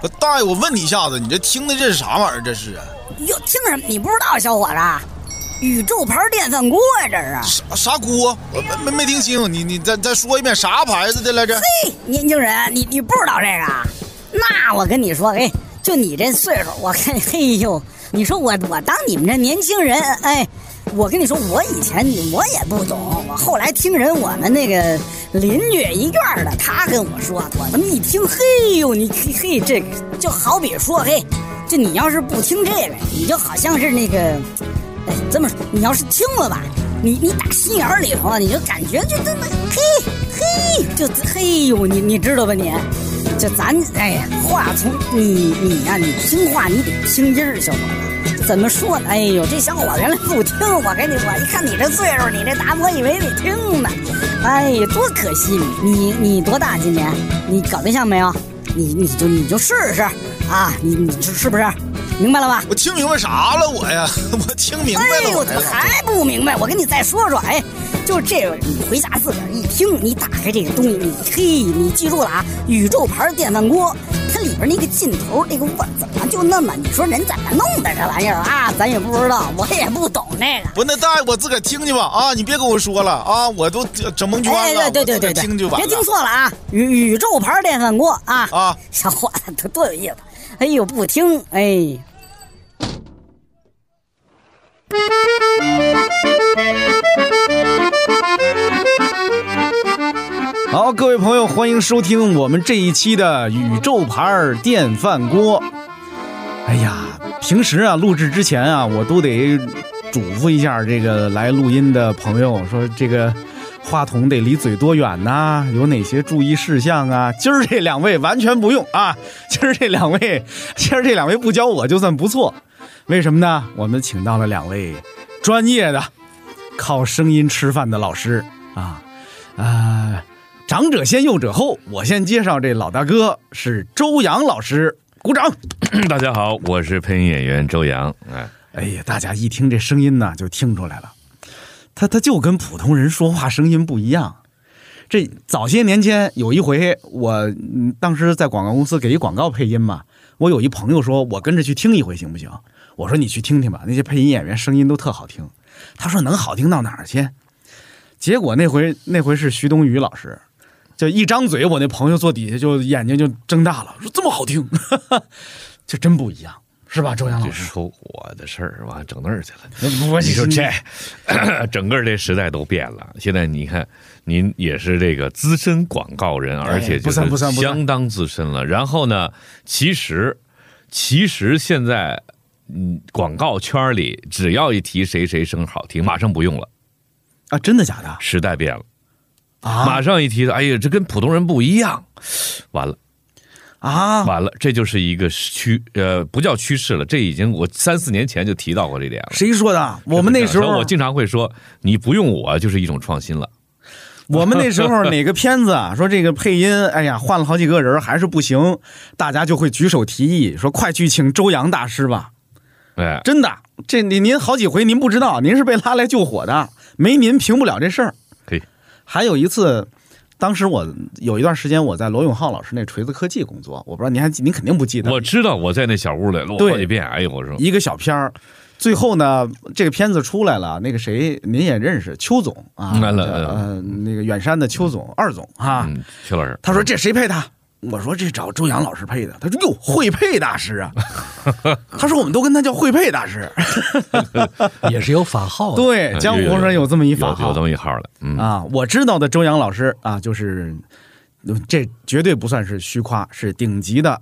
不是大爷，我问你一下子，你这听的这是啥玩意儿？这是啊哟，听着，你不知道，小伙子，宇宙牌电饭锅呀、这是。啥啥锅？我没没没听清，你你再再说一遍，啥牌子的来着？嘿，年轻人，你你不知道这个啊？那我跟你说，哎，就你这岁数，我看，嘿呦，你说我我当你们这年轻人，哎，我跟你说，我以前我也不懂，我后来听人我们那个邻居一院儿的，他跟我说，我他妈一听，嘿呦，你嘿嘿，这个就好比说，嘿，就你要是不听这个，你就好像是那个，哎，这么说，你要是听了吧，你你打心眼儿里头啊，你就感觉就这么嘿嘿，就嘿呦，你你知道吧你？就咱哎呀，话从你你呀、你听话你得听音儿，小伙子。怎么说呢？哎呦，这小伙子原来不听，我跟你我一看你这岁数，你这答案我以为你听呢。哎呀，多可惜！你你多大今年？你搞对象没有？你你就你就试试啊！你你是不是明白了吧？我听明白啥了我呀？ 我听明白哎了呦，我怎才么还不明白？我跟你再说说，哎，就这个，你回家自个儿一听，你打开这个东西，你嘿，你记住了啊，宇宙牌电饭锅，它里边那个劲头，那个味儿怎么就那么？你说人怎么弄的这玩意儿啊？咱也不知道，我也不懂这个。不，那大爷我自个儿听去吧啊！你别跟我说了啊，我都整蒙圈哎，了，对对对我自个对儿听就对，完别了。听错了啊！宇宇宙牌电饭锅啊啊小伙子多多有意思！哎呦，不听哎。好，各位朋友，欢迎收听我们这一期的宇宙牌儿电饭锅。哎呀，平时啊，录制之前啊，我都得嘱咐一下这个来录音的朋友，说这个话筒得离嘴多远呐、有哪些注意事项啊？ 今儿这两位完全不用啊，今儿这两位，今儿这两位不教我就算不错。为什么呢？我们请到了两位专业的靠声音吃饭的老师啊。啊，长者先，幼者后。我先介绍这老大哥是周洋老师，鼓掌。 大家好，我是配音演员周洋。哎，哎呀，大家一听这声音呢，就听出来了，他他就跟普通人说话声音不一样。这早些年间有一回，我嗯当时在广告公司给一广告配音嘛，我有一朋友说，我跟着去听一回行不行？我说你去听听吧，那些配音演员声音都特好听。他说能好听到哪儿去？结果那回那回是徐冬雨老师，就一张嘴，我那朋友坐底下就眼睛就睁大了，说这么好听， 就真不一样，是吧？周洋老这师是，说我的事儿，完整那儿去了。我你说这 整个这时代都变了。现在你看，您也是这个资深广告人，而且就不算不是算不算相当资深了。然后呢，其实其实现在嗯，广告圈里只要一提谁谁声好听，马上不用了，啊，真的假的时代变了，啊马上一提，哎呀，这跟普通人不一样，完了。啊！完了，这就是一个趋呃，不叫趋势了，这已经我三四年前就提到过这点了。谁说的？我们那时所以候我，经常会说，你不用我就是一种创新了。 我们那时候哪个片子啊？说这个配音，哎呀，换了好几个人还是不行，大家就会举手提议说：“快去请周洋大师吧！”哎，真的，这您您好几回您不知道，您是被拉来救火的，没您平不了这事儿。嘿，还有一次，当时我有一段时间我在罗永浩老师那锤子科技工作，我不知道您还记您肯定不记得，我知道我在那小屋里录对好几遍，哎呦，我说一个小片儿。最后呢，这个片子出来了，那个谁您也认识，邱总啊，嗯来了呃，那个远山的邱总、二总啊，嗯，邱老师，他说这谁配的？我说这找周洋老师配的。他说哟，会配大师 啊！他说我们都跟他叫会配大师。 也是有法号的。对，江湖上有这么一法哎有有这号么一号了，嗯，啊。我知道的周洋老师啊，就是呃这绝对不算是虚夸，是顶级的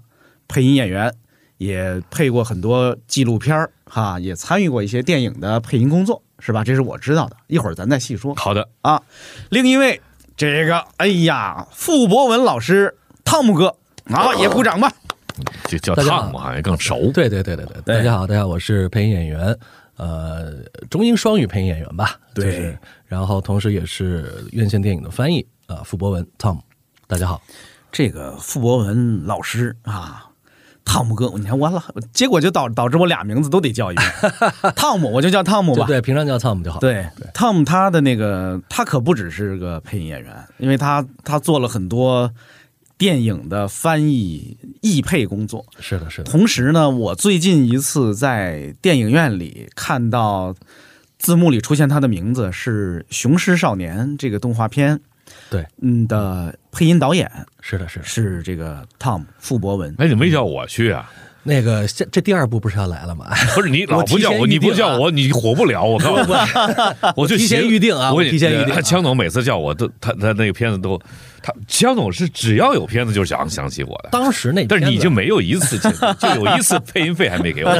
配音演员，也配过很多纪录片儿哈，也参与过一些电影的配音工作，是吧？这是我知道的，一会儿咱再细说。好的，啊，另一位这个，哎呀，傅博文老师，汤姆哥啊，也鼓掌吧。就叫大家好汤姆好像更熟，对对对对对，大家好，大家好，我是配音演员，呃，中英双语配音演员吧，对就是，然后同时也是院线电影的翻译啊、傅博文 Tom，大家好，这个傅博文老师啊，汤姆哥，你看完了，结果就导导致我俩名字都得叫 一遍，汤姆我就叫汤姆对吧。对，平常叫 Tom 就好，对汤姆他的那个他可不只是个配音演员，因为他他做了很多电影的翻译译配工作。是的，是的，同时呢，我最近一次在电影院里看到字幕里出现他的名字是《雄狮少年》这个动画片，对，嗯的配音导演是的，是的。是这个 Tom 傅博 文。哎，你没叫我去啊？那个这这第二部不是要来了吗？ 不是你老我不提叫前我，预你不定叫啊我，你火不了。 我 告诉你，我就提前寻预定啊我我也提前预呃定啊江总每次叫我都，他他那个片子都，他江总是只要有片子就想想起我的，当时那但是你片子啊就没有一次就有一次配音费还没 给我。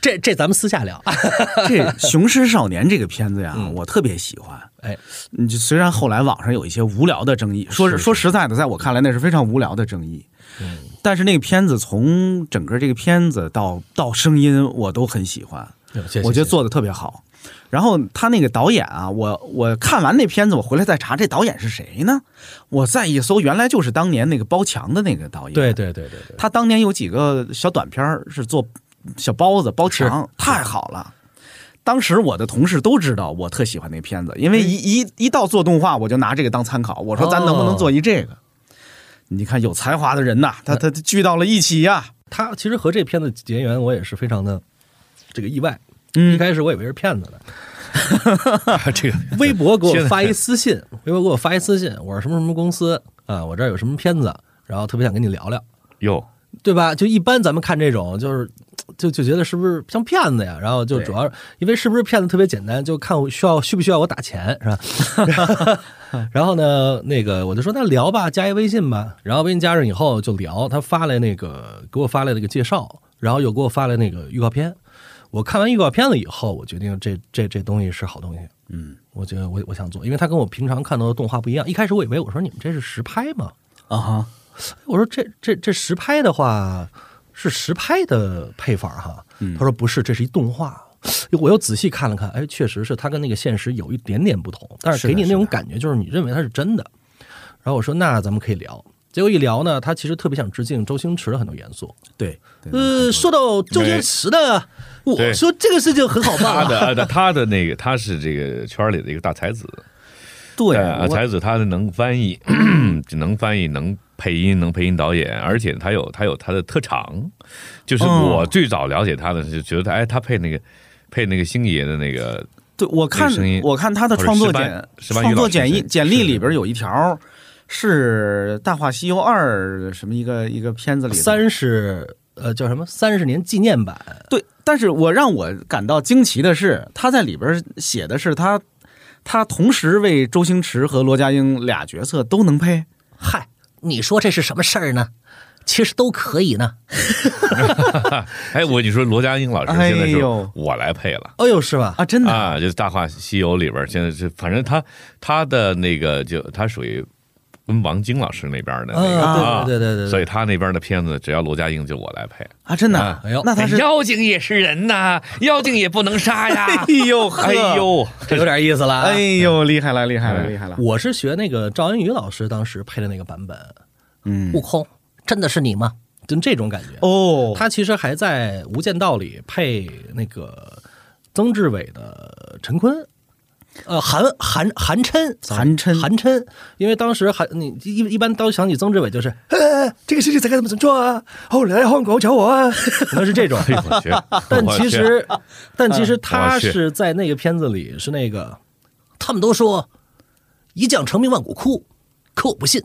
这这咱们私下聊。 这《雄狮少年》这个片子呀，嗯我特别喜欢。哎，嗯就虽然后来网上有一些无聊的争议，说是嗯说实在的，在我看来那是非常无聊的争议。但是那个片子从整个这个片子到到声音，我都很喜欢，谢谢我觉得谢谢做的特别好。然后他那个导演啊，我我看完那片子，我回来再查这导演是谁呢？我再一搜，原来就是当年那个包强的那个导演。对对对对对，他当年有几个小短片儿是做小包子包肠，太好了。当时我的同事都知道我特喜欢那片子，因为一一一到做动画，我就拿这个当参考。我说咱能不能做一这个？你看有才华的人呐，他他他聚到了一起呀、他其实和这片子结缘，我也是非常的这个意外。一嗯，开始我以为是骗子呢，这个 微博给现在我发一私信，微博给我发一私信，我是什么什么公司啊，我这儿有什么片子，然后特别想跟你聊聊， 哟，对吧？就一般咱们看这种，就是就就觉得是不是像骗子呀？然后就对主要因为是不是骗子特别简单，就看我需要需不需要我打钱是吧？ 然后呢，那个我就说那聊吧，加一微信吧。然后微信加上以后就聊，他发来那个给我发来那个介绍，然后又给我发来那个预告片。我看完预告片了以后，我决定这这这东西是好东西。嗯，我觉得我我想做，因为它跟我平常看到的动画不一样。一开始我以为我说你们这是实拍吗？啊哈，我说这这这实拍的话是实拍的配法哈，他说不是，这是一动画。我又仔细看了看，哎，确实是它跟那个现实有一点点不同，但是是的给你那是种的感觉就是你认为它是真的。然后我说那咱们可以聊，结果一聊呢，他其实特别想致敬周星驰的很多元素。对，呃，说到周星驰呢，我对说这个事情很好他办啊，的他的那个他是这个圈里的一个大才子，对，啊，我才子他能翻译， 能翻译，能配音，能配音导演，而且他有他有他的特长。就是嗯我最早了解他的是觉得他，哎，他配那个配那个星爷的那个， 对我看这个声音我看他的创作简或者石斑石斑鱼创老作师简历是简历里边有一条是《大话西游二》什么一个一个片子里的三十呃叫什么三十年纪念版，对，但是我让我感到惊奇的是，他在里边写的是他，他同时为周星驰和罗家英俩角色都能配。嗨，你说这是什么事儿呢？其实都可以呢。哎，我你说罗家英老师哎现在是呦我来配了。哦呦，是吧？啊，真的，啊，就是《大话西游》里边儿，现在是反正他他的那个就他属于跟王晶老师那边儿的那个啊对对对对对对所以他那边儿的片子只要罗家英就我来配。啊，真的，啊哎呦那他是，妖精也是人呐，妖精也不能杀呀哎呦 呵，哎，呦， 这有点意思了、啊。哎呦，厉害了，厉害了，哎厉害了，我是学那个赵恩宇老师当时配的那个版本，嗯悟，空真的是你吗？就这种感觉。哦，他其实还在《无间道》里配那个曾志伟的陈坤。呃，韩韩韩琛，韩琛韩琛，因为当时韩你一一般都想起曾志伟就是，呃， 这个事情该怎么怎么做啊？哦，来香港找我啊， 可能是这种。哎呦我去！ 但我其去实， 但其实他我去是在那个片子里是那个，他们都说一将成名万骨枯，可我不信。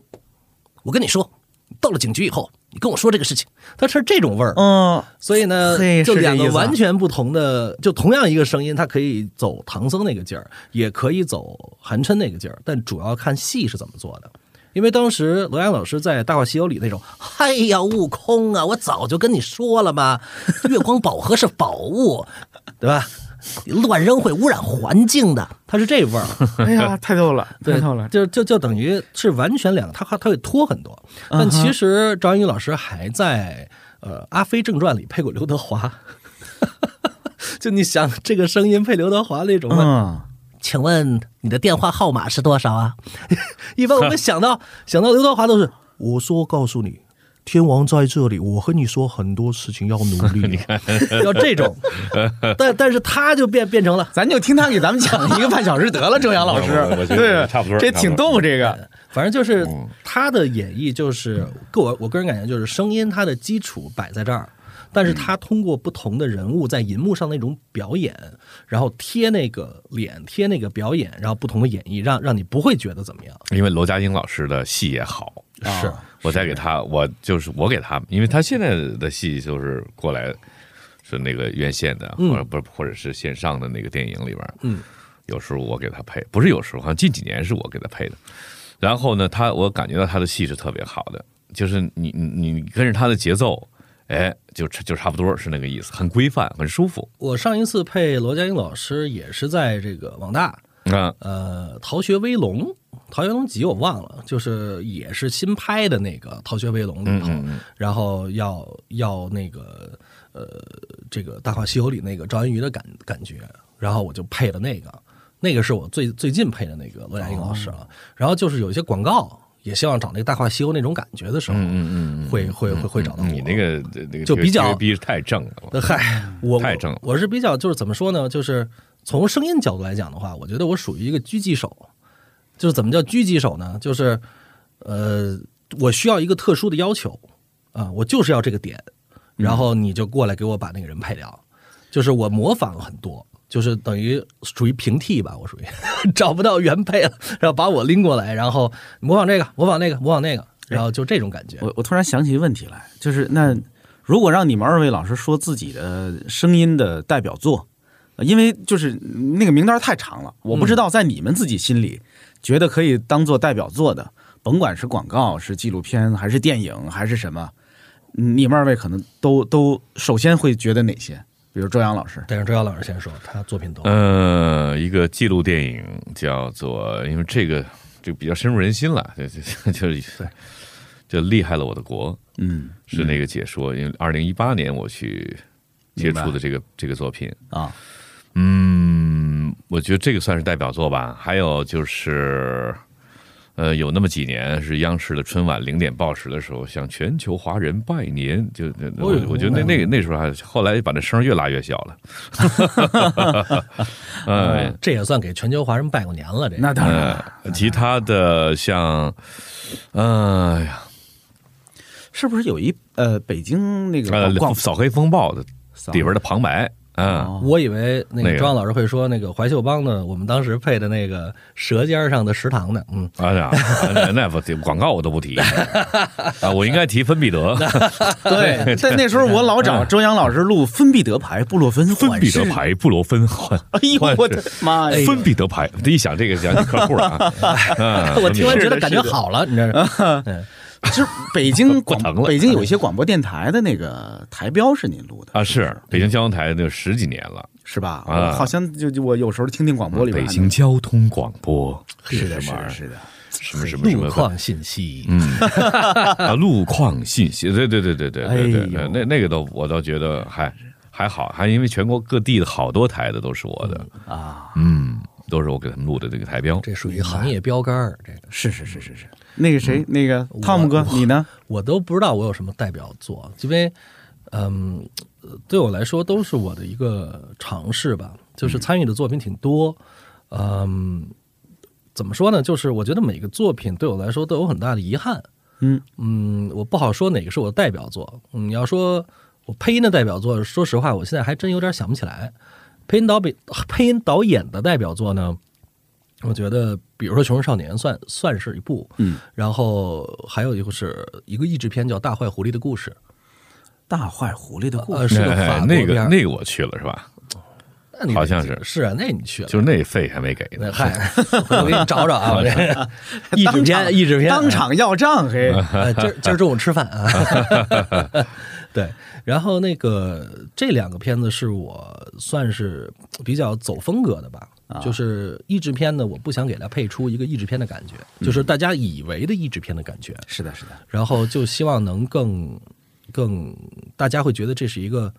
我跟你说，到了警局以后，你跟我说这个事情，他是这种味儿。嗯，所以呢嘿，就这是两个意思啊完全不同的，就同样一个声音，它可以走唐僧那个劲儿，也可以走韩琛那个劲儿，但主要看戏是怎么做的。因为当时罗阳老师在《大话西游》里那种，哎呀，悟空啊，我早就跟你说了嘛， 月光宝盒是宝物，对吧？你乱扔会污染环境的，它是这味儿。哎 呀，太逗了，太对逗了，就就就等于是完全两个，他他会拖很多。嗯但其实张颖老师还在呃《阿飞正传》里配过刘德华， 就你想这个声音配刘德华那种问，嗯，请问你的电话号码 是多少啊？一般我们想到想到刘德华都是我说告诉你天王在这里，我和你说很多事情要努力。啊你 看，要 这种，但但是他就变变成了， 咱就听他给咱们 讲一个半小时得了，周洋老我我师，觉得对，差不多这差不多挺逗这个，反正就是他的演绎，就是个我我个人感觉就是声音它的基础摆在这儿，但是他通过不同的人物在银幕上那种表演，然后贴那个脸贴那个表演，然后不同的演绎，让让你不会觉得怎么样。因为罗家英老师的戏也好，是我再给他，我就是我给他，因为他现在的戏就是过来是那个院线的，嗯或者不是，或者是线上的那个电影里边，嗯，有时候我给他配，不是有时候，好像近几年是我给他配的。然后呢，他我感觉到他的戏是特别好的，就是你你你跟着他的节奏，哎，就就差不多是那个意思，很规范，很舒服。我上一次配罗家英老师也是在这个网大，嗯，呃，《逃学威龙》《逃学威龙》几我忘了，就是也是新拍的那个《逃学威龙》里头，嗯然后要要那个呃，这个《大话西游》里那个赵云鱼的感感觉，然后我就配了那个，那个是我最最近配的那个罗家英老师哦了。然后就是有一些广告也希望找那个《大话西游》那种感觉的时候，嗯嗯嗯会会会会找到我。你那个那个就比这较个 TVB 太正了，呃，嗨，我太正了我是比较就是怎么说呢？就是从声音角度来讲的话，我觉得我属于一个狙击手。就是怎么叫狙击手呢？就是呃，我需要一个特殊的要求啊、我就是要这个点，嗯然后你就过来给我把那个人配掉。就是我模仿了很多，就是等于属于平替吧，我属于 找不到原配了，然后把我拎过来，然后模仿这个，模仿那个，模仿那个，然后就这种感觉。我我突然想起一个问题来，就是那如果让你们二位老师说自己的声音的代表作，呃因为就是那个名单太长了，我不嗯知道在你们自己心里觉得可以当做代表作的，甭管是广告、是纪录片、还是电影，还是什么，你们二位可能都都首先会觉得哪些？比如周洋老师，但是周耀老师先说，他作品多。呃，一个纪录电影叫做，因为这个就比较深入人心了，就就就是就厉害了我的国嗯是那个解说，因为二零一八年我去接触明的白这个这个作品，啊，嗯，我觉得这个算是代表作吧。还有就是，呃，有那么几年是央视的春晚零点报时的时候，向全球华人拜年，就那我哎呦我觉得那那个那时候还后来把那声儿越拉越小了，嗯。这也算给全球华人拜过年了。这个那当然了，呃，其他的像，哎呀，是不是有一呃北京那呃个，广扫黑风暴的扫里边的旁白啊，哦我以为那那个个庄老师会说那个怀秀帮的，我们当时配的那个《舌尖上的食堂》的，嗯，哎呀，那那不广告我都不提 啊，我应该提芬必得， 对，嗯但那时候我老找周洋老师录分必得牌、布洛芬、芬必得，牌布罗芬换，哎 呦我的妈呀！芬必得牌，一想这个想起客户 了啊，嗯我听完分必觉得得感觉好了，你知啊道吗？就是北 京广疼了北京有一些广播电台的那个台标是您录的啊，是北京交通台那有十几年了，是吧？啊我好像就就我有时候听听广播里边北还京能交通广播是的，什是么玩意的，儿是的，嗯什么什么什路么况信息，啊， 路况信息，对对对对对对对，哎呦那那个都我倒觉得还还好，还因为全国各地的好多台的都是我的啊，嗯，都是我给他们录的这个台标。这属于行业标杆儿。这个是是是是是。嗯那个谁，那个汤姆哥，你呢？我都不知道我有什么代表作，因为，嗯，对我来说都是我的一个尝试吧，就是参与的作品挺多，嗯，怎么说呢？就是我觉得每个作品对我来说都有很大的遗憾，嗯嗯，我不好说哪个是我的代表作。嗯，要说我配音的代表作，说实话，我现在还真有点想不起来。配音导比配音导演的代表作呢，我觉得比如说《熊出没少年算》算是一部，嗯，然后还有一个是一个译制片叫《大坏狐狸的故事大坏狐狸的》，故呃，事是个哎法国那片个儿，那个我去了是吧？那你好像是是啊，那你去了，就是那费还没给那呢。 嗨，我给你找找啊，我这 译制 当片，场译制片，当场嗯要账，嘿，呃， 今儿今儿中午吃饭 啊。对，然后那个这两个片子是我算是比较走风格的吧，就是译制片呢，我不想给它配出一个译制片的感觉，就是大家以为的译制片的感觉，是的，是的，然后就希望能更更大家会觉得这是一个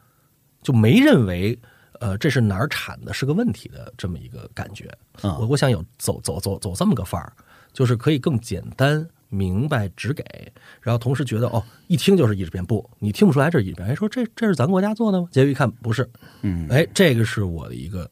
就没认为。呃，这是哪儿产的，是个问题的这么一个感觉。嗯我我想有走走走走这么个范儿，就是可以更简单，明白只给，然后同时觉得哦，一听就是译制片，不，你听不出来这是译制片，哎，说这这是咱国家做的吗？结果一看不是，嗯，哎，这个是我的一个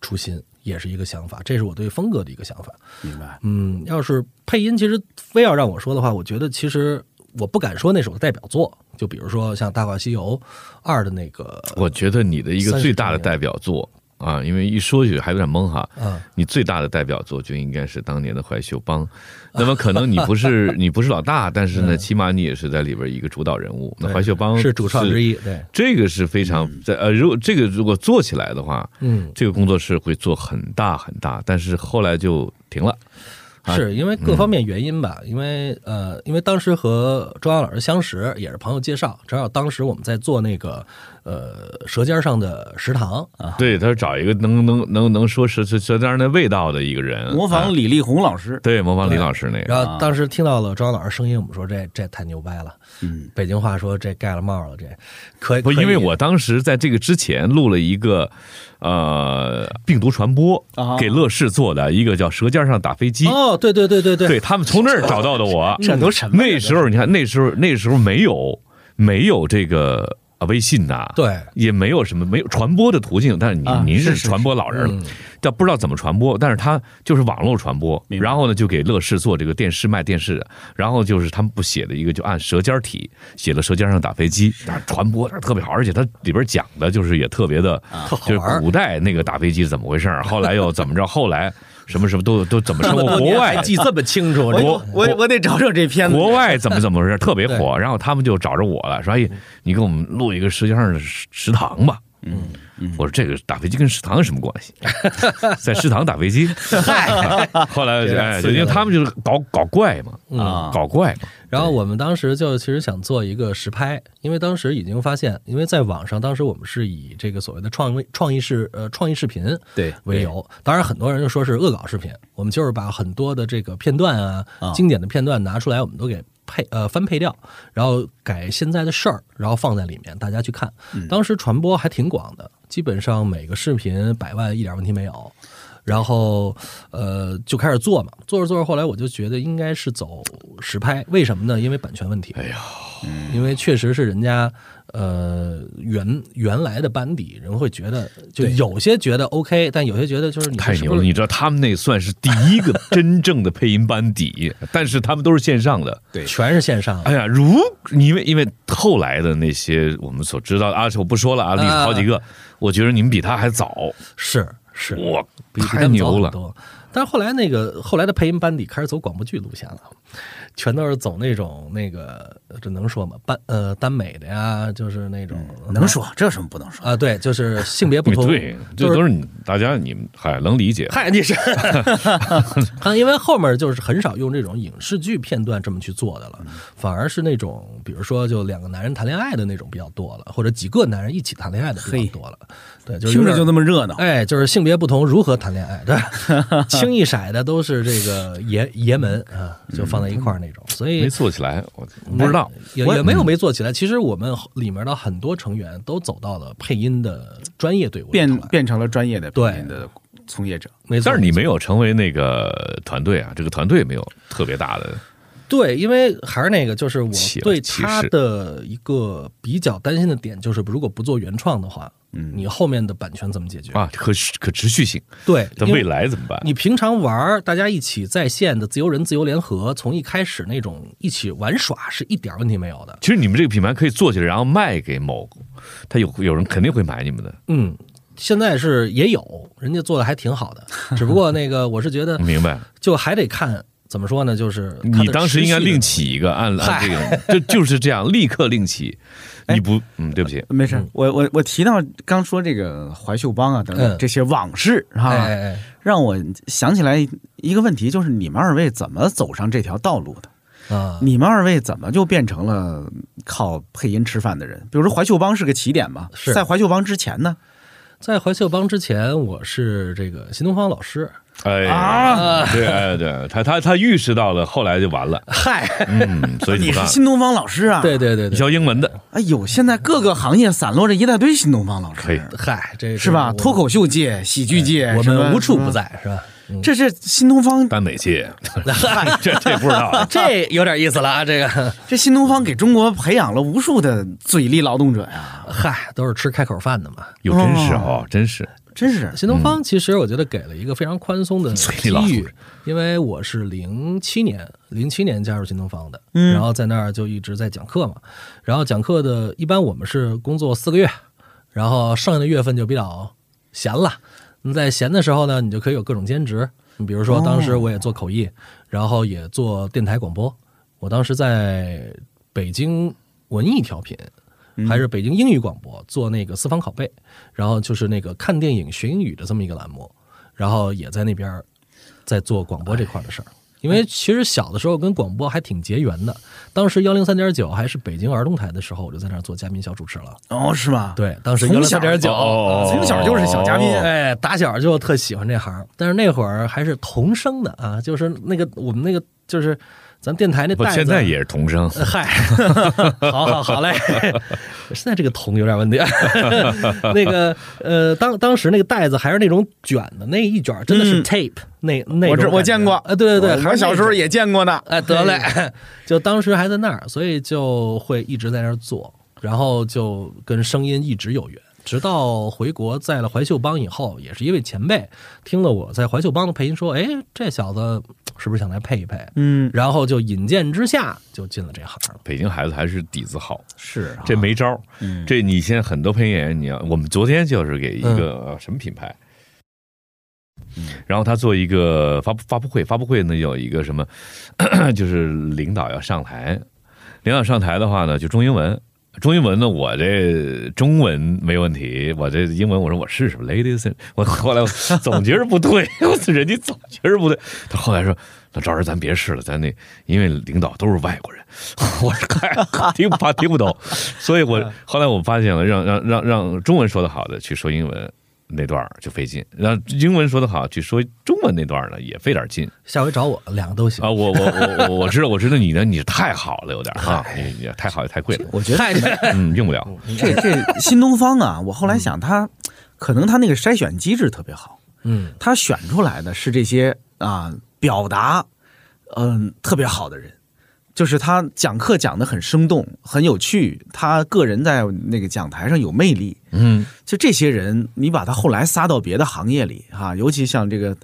初心，也是一个想法，这是我对风格的一个想法。明白。嗯，要是配音，其实非要让我说的话，我觉得其实我不敢说那首代表作，就比如说像《大话西游二》的那个，我觉得你的一个最大的代表作啊，因为一说起还有点懵哈，嗯你最大的代表作就应该是当年的怀秀帮。那么可能你不是 你不是老大，但是呢，起码你也是在里边一个主导人物。那嗯对怀秀帮是主创之一，对，这个是非常在呃，如果这个如果做起来的话，嗯，这个工作室会做很大很大，但是后来就停了。啊是因为各方面原因吧，因为呃，因为当时和周扬老师相识也是朋友介绍，正好当时我们在做那个呃《舌尖上的食堂》啊，对，他找一个能能能能说是是舌尖那味道的一个人，模啊仿李丽宏老师，对模仿李老师那个，然后当时听到了周扬老师声音，我们说这这太牛掰了，嗯，北京话说这盖了帽了，这可以不，可以因为我当时在这个之前录了一个，呃，病毒传播啊给乐视做的一个叫《舌尖上打飞机》，哦，对对对对对对他们从那儿找到的我。这都什么呀？那时候你看，那时候那时候没有没有这个啊微信呐，对也没有什么没有传播的途径，但是你啊您是是是传播老人了，但不知道怎么传播，但是他就是网络传播，明白然后呢就给乐视做这个电视卖电视的，然后就是他们不写的一个就按舌尖儿体写了《舌尖上打飞机》，但是传播特别好，而且它里边讲的就是也特别的，就是好玩儿古代那个打飞机是怎么回事儿，后来又怎么着，后来什么什么都都怎么生活，国外还记这么清楚，我这我我我得找找这片子。国外怎 么怎么回事，特别火。然后他们就找着我了，说：“哎，你给我们录一个舌尖上的食食堂吧。”嗯，我说这个打飞机跟食堂有什么关系？在食堂打飞机。后来这就个哎，就刺激因为了他们就是搞搞怪嘛，嗯啊搞怪嘛。然后我们当时就其实想做一个实拍，因为当时已经发现，因为在网上当时我们是以这个所谓的创意创意视呃创意视频对为由，当然很多人就说是恶搞视频，我们就是把很多的这个片段啊、经典的片段拿出来，我们都给配呃翻配掉，然后改现在的事儿，然后放在里面大家去看。当时传播还挺广的，基本上每个视频百万一点问题没有。然后，呃，就开始做嘛，做着做着，后来我就觉得应该是走实拍，为什么呢？因为版权问题。哎呀，因为确实是人家，呃，原原来的班底人会觉得，就有些觉得 OK，但有些觉得就是你太是牛不了！是你知道他们那算是第一 个真正的配音班底，但是他们都是线上的。全是线上的哎呀，如因为因为后来的那些我们所知道的啊，我不说了啊，例子好几个，我觉得你们比他还早，是是，哇，比比他太们早牛很了！多。但是后来那个后来的配音班底开始走广播剧路线了，全都是走那种那个这能说吗？班呃耽美的呀，就是那种能说这有什么不能说？啊，对，就是性别不嗯 同，对，这就都是是你大家你们嗨能理解。嗨，你是，看，因为后面就是很少用这种影视剧片段这么去做的了，嗯反而是那种比如说就两个男人谈恋爱的那种比较多了，或者几个男人一起谈恋爱的比较多了，对，就是有听着点就那么热闹。哎，就是性别不同如何谈恋爱，对 吧，轻易骰的都是这个爷爷们啊，就放在一块儿那种，所以哎没做起来，我不知道。也也嗯没有没做起来。其实我们里面的很多成员都走到了配音的专业队伍里头变来，变成了专业的对配音的从业者。没错。但是你没有成为那个团队啊，这个团队没有特别大的，对，因为还是那个，就是我企对歧他视的一个比较担心的点，就是如果不做原创的话，嗯，你后面的版权怎么解决？啊，可可持续性，对，但因为未来怎么办？你平常玩儿大家一起在线的自由人、自由联合，从一开始那种一起玩耍是一点问题没有的。其实你们这个品牌可以做起来，然后卖给某，他有有人肯定会买你们的，嗯，现在是也有人家做的还挺好的，只不过那个我是觉得明白？就还得看怎么说呢，就是它嗯的嗯你当时应该持续的另起一个，按按这个，就就是这样，立刻另起。哎你不，嗯，对不起，没事儿，我我我提到刚说这个怀秀帮啊等等嗯这些往事哎哈，哎啊让我想起来一个问题，就是你们二位怎么走上这条道路的？哎啊，你们二位怎么就变成了靠配音吃饭的人？比如说怀秀帮是个起点嘛，是在怀秀帮之前呢？在怀秀帮之前，我是这个新东方老师，哎，啊对，哎，对，他他他预示到了，后来就完了，嗨，嗯，所以你不干是了新东方老师啊？对，对对对，教英文的，哎呦，现在各个行业散落着一大堆新东方老可以师，嗨，这是吧？我脱口秀界、喜剧界，哎我什么嗯嗯们无处不。在，是吧？这是新东方，耽美系， 这这不知道啊。这有点意思了啊！这个，这新东方给中国培养了无数的嘴力劳动者呀， 嗨，都是吃开口饭的嘛。哟，真是哦，真是真是新东方其实我觉得给了一个非常宽 松的机力老遇鼠，因为我是零七年零七年加入新东方的，然后在那儿就一直在讲课嘛，然后讲课的一般我们是工作四个月，然后剩下的月份就比较闲了。你在闲的时候呢，你就可以有各种兼职，你比如说当时我也做口译，然后也做电台广播，我当时在北京文艺调频。还是北京英语广播做那个四方拷贝，然后就是那个看电影学英语的这么一个栏目，然后也在那边儿在做广播这块儿的事儿。因为其实小的时候跟广播还挺结缘的，当时幺零三点九还是北京儿童台的时候，我就在那儿做嘉宾小主持了。哦，是吗？对，当时幺从零小三点九，哦从小就是小嘉宾哦哎，打小就特喜欢这行，但是那会儿还是童声的啊，就是那个我们那个就是咱电台那不带，子，啊现在也是童声，呃嗨， 好好好嘞， 现在这个桶有点问题。 那个呃，当当时那个袋子还是那种卷的，那一卷真的是嗯 tape，、那那种我知感觉我见过啊，对对对，还我是小时候那种也见过呢。哎，得嘞， 就当时还在那儿，所以就会一直在那儿做，然后就跟声音一直有缘。直到回国在了怀秀帮以后，也是一位前辈听了我在怀秀帮的配音，说：“哎，这小子是不是想来配一配？”嗯，然后就引荐之下就进了这行了。北京孩子还是底子好，是啊这没招儿。这你现在很多配音演员，你要我们昨天就是给一个、呃什么品牌，然后他做一个发布发布会，发布会呢有一个什么， 就是领导要上台，领导上台的话呢就中英文。中英文呢，我这中文没问题，我这英文我说我试试吧，ladies，and- 我 后来我总觉着不对， 我人家总觉着不对，他后来说，那赵老师咱别试了，咱那因为领导都是外国人，我是看 听不怕听不懂，所以嗯我后来我发现了，让让让让中文说的好的去说英文那段儿就费劲，让英文说的好去说中文那段儿呢也费点劲下回找我，两个都行啊！。我我我我我知道我知道你呢，你太好了有点儿 啊，你你太好也太贵了，我觉得嗯，用不了。这这新东方啊，我后来想他，可能他那个筛选机制特别好，嗯，他选出来的是这些啊、表达嗯、特别好的人，就是他讲课讲的很生动，很有趣，他个人在那个讲台上有魅力，嗯，就这些人，你把他后来撒到别的行业里哈、尤其像这个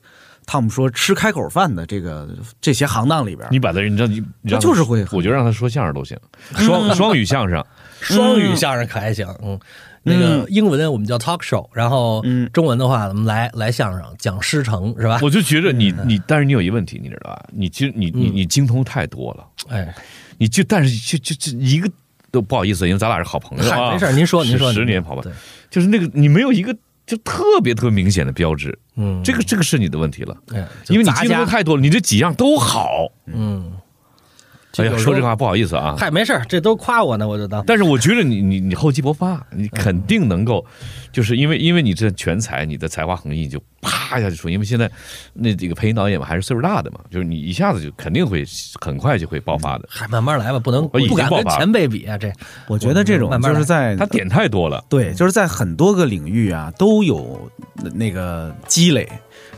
汤姆说吃开口饭的这个这些行当里边，你把他你知道你你让他就是会嗯我觉得让他说相声都行，双双语相声， 双语相声可还行，嗯，那个英文我们叫 talk show，然后中文的话，我们来来相声讲师承是吧？我就觉着你嗯你，但是你有一问题，你知道吧？你精你你你精通太多了，哎，你就但是就就就一个都不好意思，因为咱俩是好朋友啊。嗨没事您说您说十十您说年跑吧对，就是那个你没有一个就特别特别明显的标志，嗯，这个这个是你的问题了，哎，就因为你杂经家历太多了，你这几样都好。嗯，哎呀，说这个话不好意思啊，嗨，没事儿，这都夸我呢，我就当但是我觉得你你你厚积薄发，你肯定能够，就是嗯因为因为你这全才，你的才华横溢，你就啪一下就出。因为现在那这个配音导演嘛，还是岁数大的嘛，就是你一下子就肯定会很快就会爆发的。嗨，慢慢来吧，不能我已经不敢爆跟发了前辈比啊，这我觉得这种慢慢就来是在他点太多了。对，就是在很多个领域啊都有那个积累，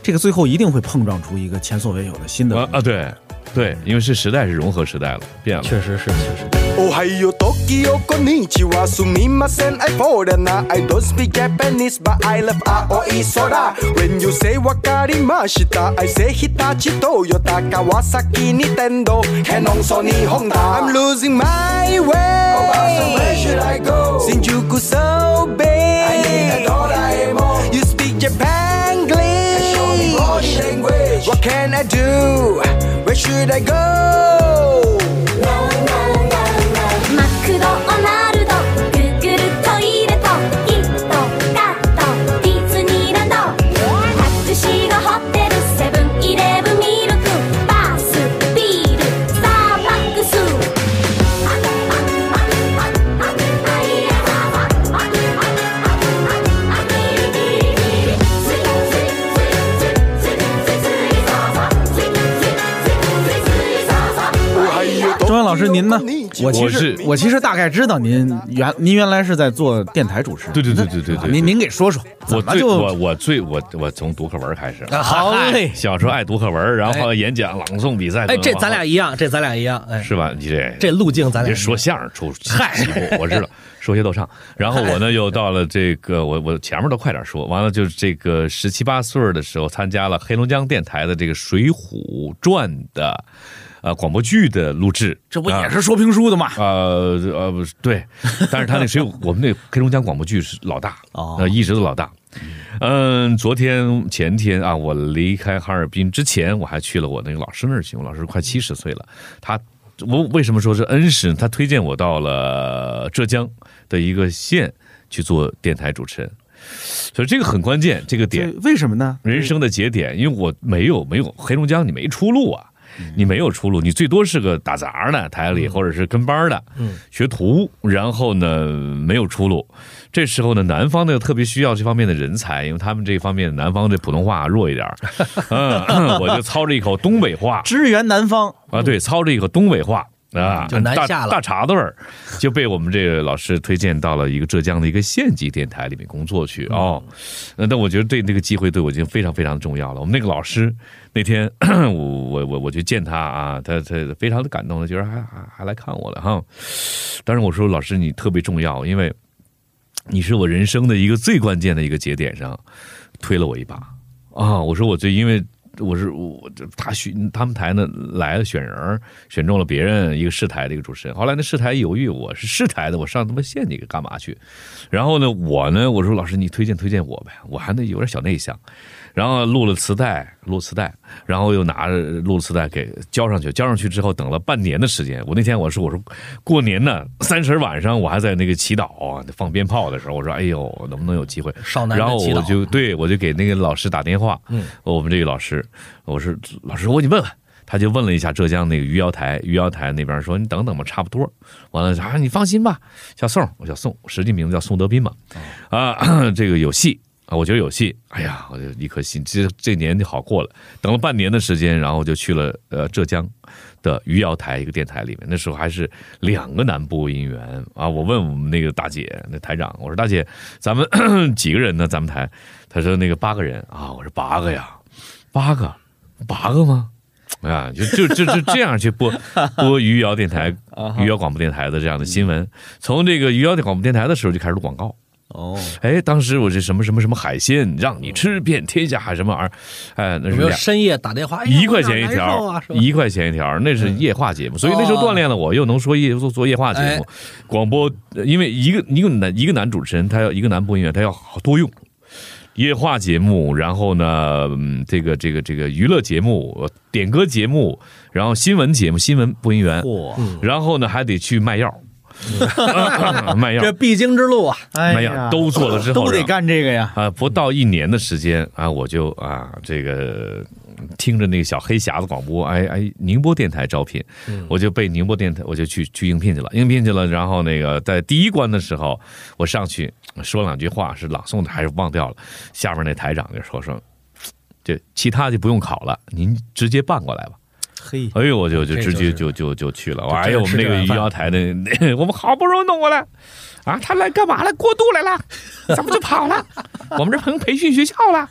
这个最后一定会碰撞出一个前所未有的新的东啊西。啊，对对，因为是时代是融合时代了，变了。确实是确实。おはよう、東京、こんにちは。すみません、I foreigner. I don't speak Japanese, but I love 青い空。When you say わかりました。I say 日立、東洋、川崎、ニテンド、ヘノンソニー、ホンダ。I'm losing my way. Oh, where should I go? 新宿、so big. I need a ドラえもん。You speak Japan, English. language. What can I do? Where should I go? マクドナルドグーグルトイレとキットカットディズニーランドタクシーがホテルセブンイレブンミルクバースビールスターバックス师您呢？我其实我是我其实大概知道您原您原来是在做电台主持人，对对对对对啊对您对您给说说，我怎么最我就我最我我从读课文开始，好嘞，小时候爱读课文，然后演讲、朗诵比赛。哎，这咱俩一样，这咱俩一样，哎，是吧？你这这路径咱俩别说相声出起步，我知道说学逗唱。然后 我呢又到了这个，我我前面都快点说完了，就是这个十七八岁的时候参加了黑龙江电台的这个《水浒传》的呃广播剧的录制，这不啊也是说评书的吗？呃呃，不是对，但是他那谁，我们那黑龙江广播剧是老大，哦呃，一直都老大。嗯，昨天前天啊，我离开哈尔滨之前，我还去了我那个老师那儿去，我老师快七十岁了，他我为什么说是恩师呢？他推荐我到了浙江的一个县去做电台主持人，所以这个很关键，这个点对，为什么呢？人生的节点，因为我没有没有黑龙江，你没出路啊，你没有出路，你最多是个打杂的台里，或者是跟班的，学徒，然后呢没有出路。这时候呢，南方呢特别需要这方面的人才，因为他们这方面南方这普通话弱一点儿，嗯，我就操着一口东北话支援南方，啊，对，操着一口东北话。啊，嗯就南下了大大碴子味儿， 就被我们这个老师推荐到了一个浙江的一个县级电台里面工作嗯去哦。那但我觉得对那个机会对我已经非常非常重要了。我们那个老师那天 我我我我去见他啊，他他非常的感动，觉得还还还来看我了哈。当时我说老师你特别重要，因为你是我人生的一个最关键的一个节点上推了我一把啊。我说我最因为。我是我，这他选他们台呢来了选人儿，选中了别人一个市台的一个主持人。后来那市台犹豫，我是市台的，我上他妈县里干嘛去？然后呢，我呢，我说老师，你推荐推荐我呗，我还那有点小内向。然后录了磁带，录磁带，然后又拿着录了磁带给交上去，交上去之后等了半年的时间。我那天我说我说过年呢，三十晚上我还在那个祈祷啊，放鞭炮的时候，我说哎呦，能不能有机会？少男的然后祈祷我就对我就给那个老师打电话，嗯，我们这个老师，我说老师，我给你问问。他就问了一下浙江那个余姚台，余姚台那边说你等等吧，差不多。完了啊，你放心吧，小宋，我小宋，实际名字叫宋德斌嘛，哦啊， 这个有戏啊，我觉得有戏。哎呀，我就一颗心，这这年就好过了。等了半年的时间，然后就去了呃浙江的余姚台一个电台里面，那时候还是两个男播音员啊。我问我们那个大姐，那台长，我说大姐，咱们 几个人呢？咱们台，她说那个八个人啊，我说八个呀，八个，八个吗？啊，就就就就这样去 播播余姚电台、啊余姚广播电台的这样的新闻。从这个余姚的广播电台的时候就开始录广告，哦，哎，当时我这什么什么什么海鲜，让你吃遍天下，还什么玩意儿？哎，那有是没有两深夜打电话？哎呀一块钱一我哪儿难受条啊，嗯哦是吧一块钱一条，那是夜话节目，所以那时候锻炼了我，又能说夜做做夜话节目，哎广播，呃因为一个一个男一个男主持人，他要一个男播音员，他要好多用。夜话节目，然后呢，嗯，这个这个这个娱乐节目、呃点歌节目，然后新闻节目、新闻播音员，嗯然后呢还得去卖 药， 卖药这，必经之路啊，哎卖药呀，都做了之后都得然后干这个呀，啊，不到一年的时间啊，我就啊，这个嗯听着那个小黑匣子广播，哎哎，宁波电台招聘，我就被宁波电台，我就去去应聘去了，应聘去了。然后那个在第一关的时候，我上去说两句话，是朗诵的还是忘掉了？下面那台长就说说，这其他就不用考了，您直接办过来吧。嘿，哎呦，我就就这直就接是就就就去了。这哎呦，我真们是那个吃余这碗姚台的， 我们好不容易弄过来，啊，他来干嘛来？过渡来了，咱们就跑了。 我们这成培训学校了，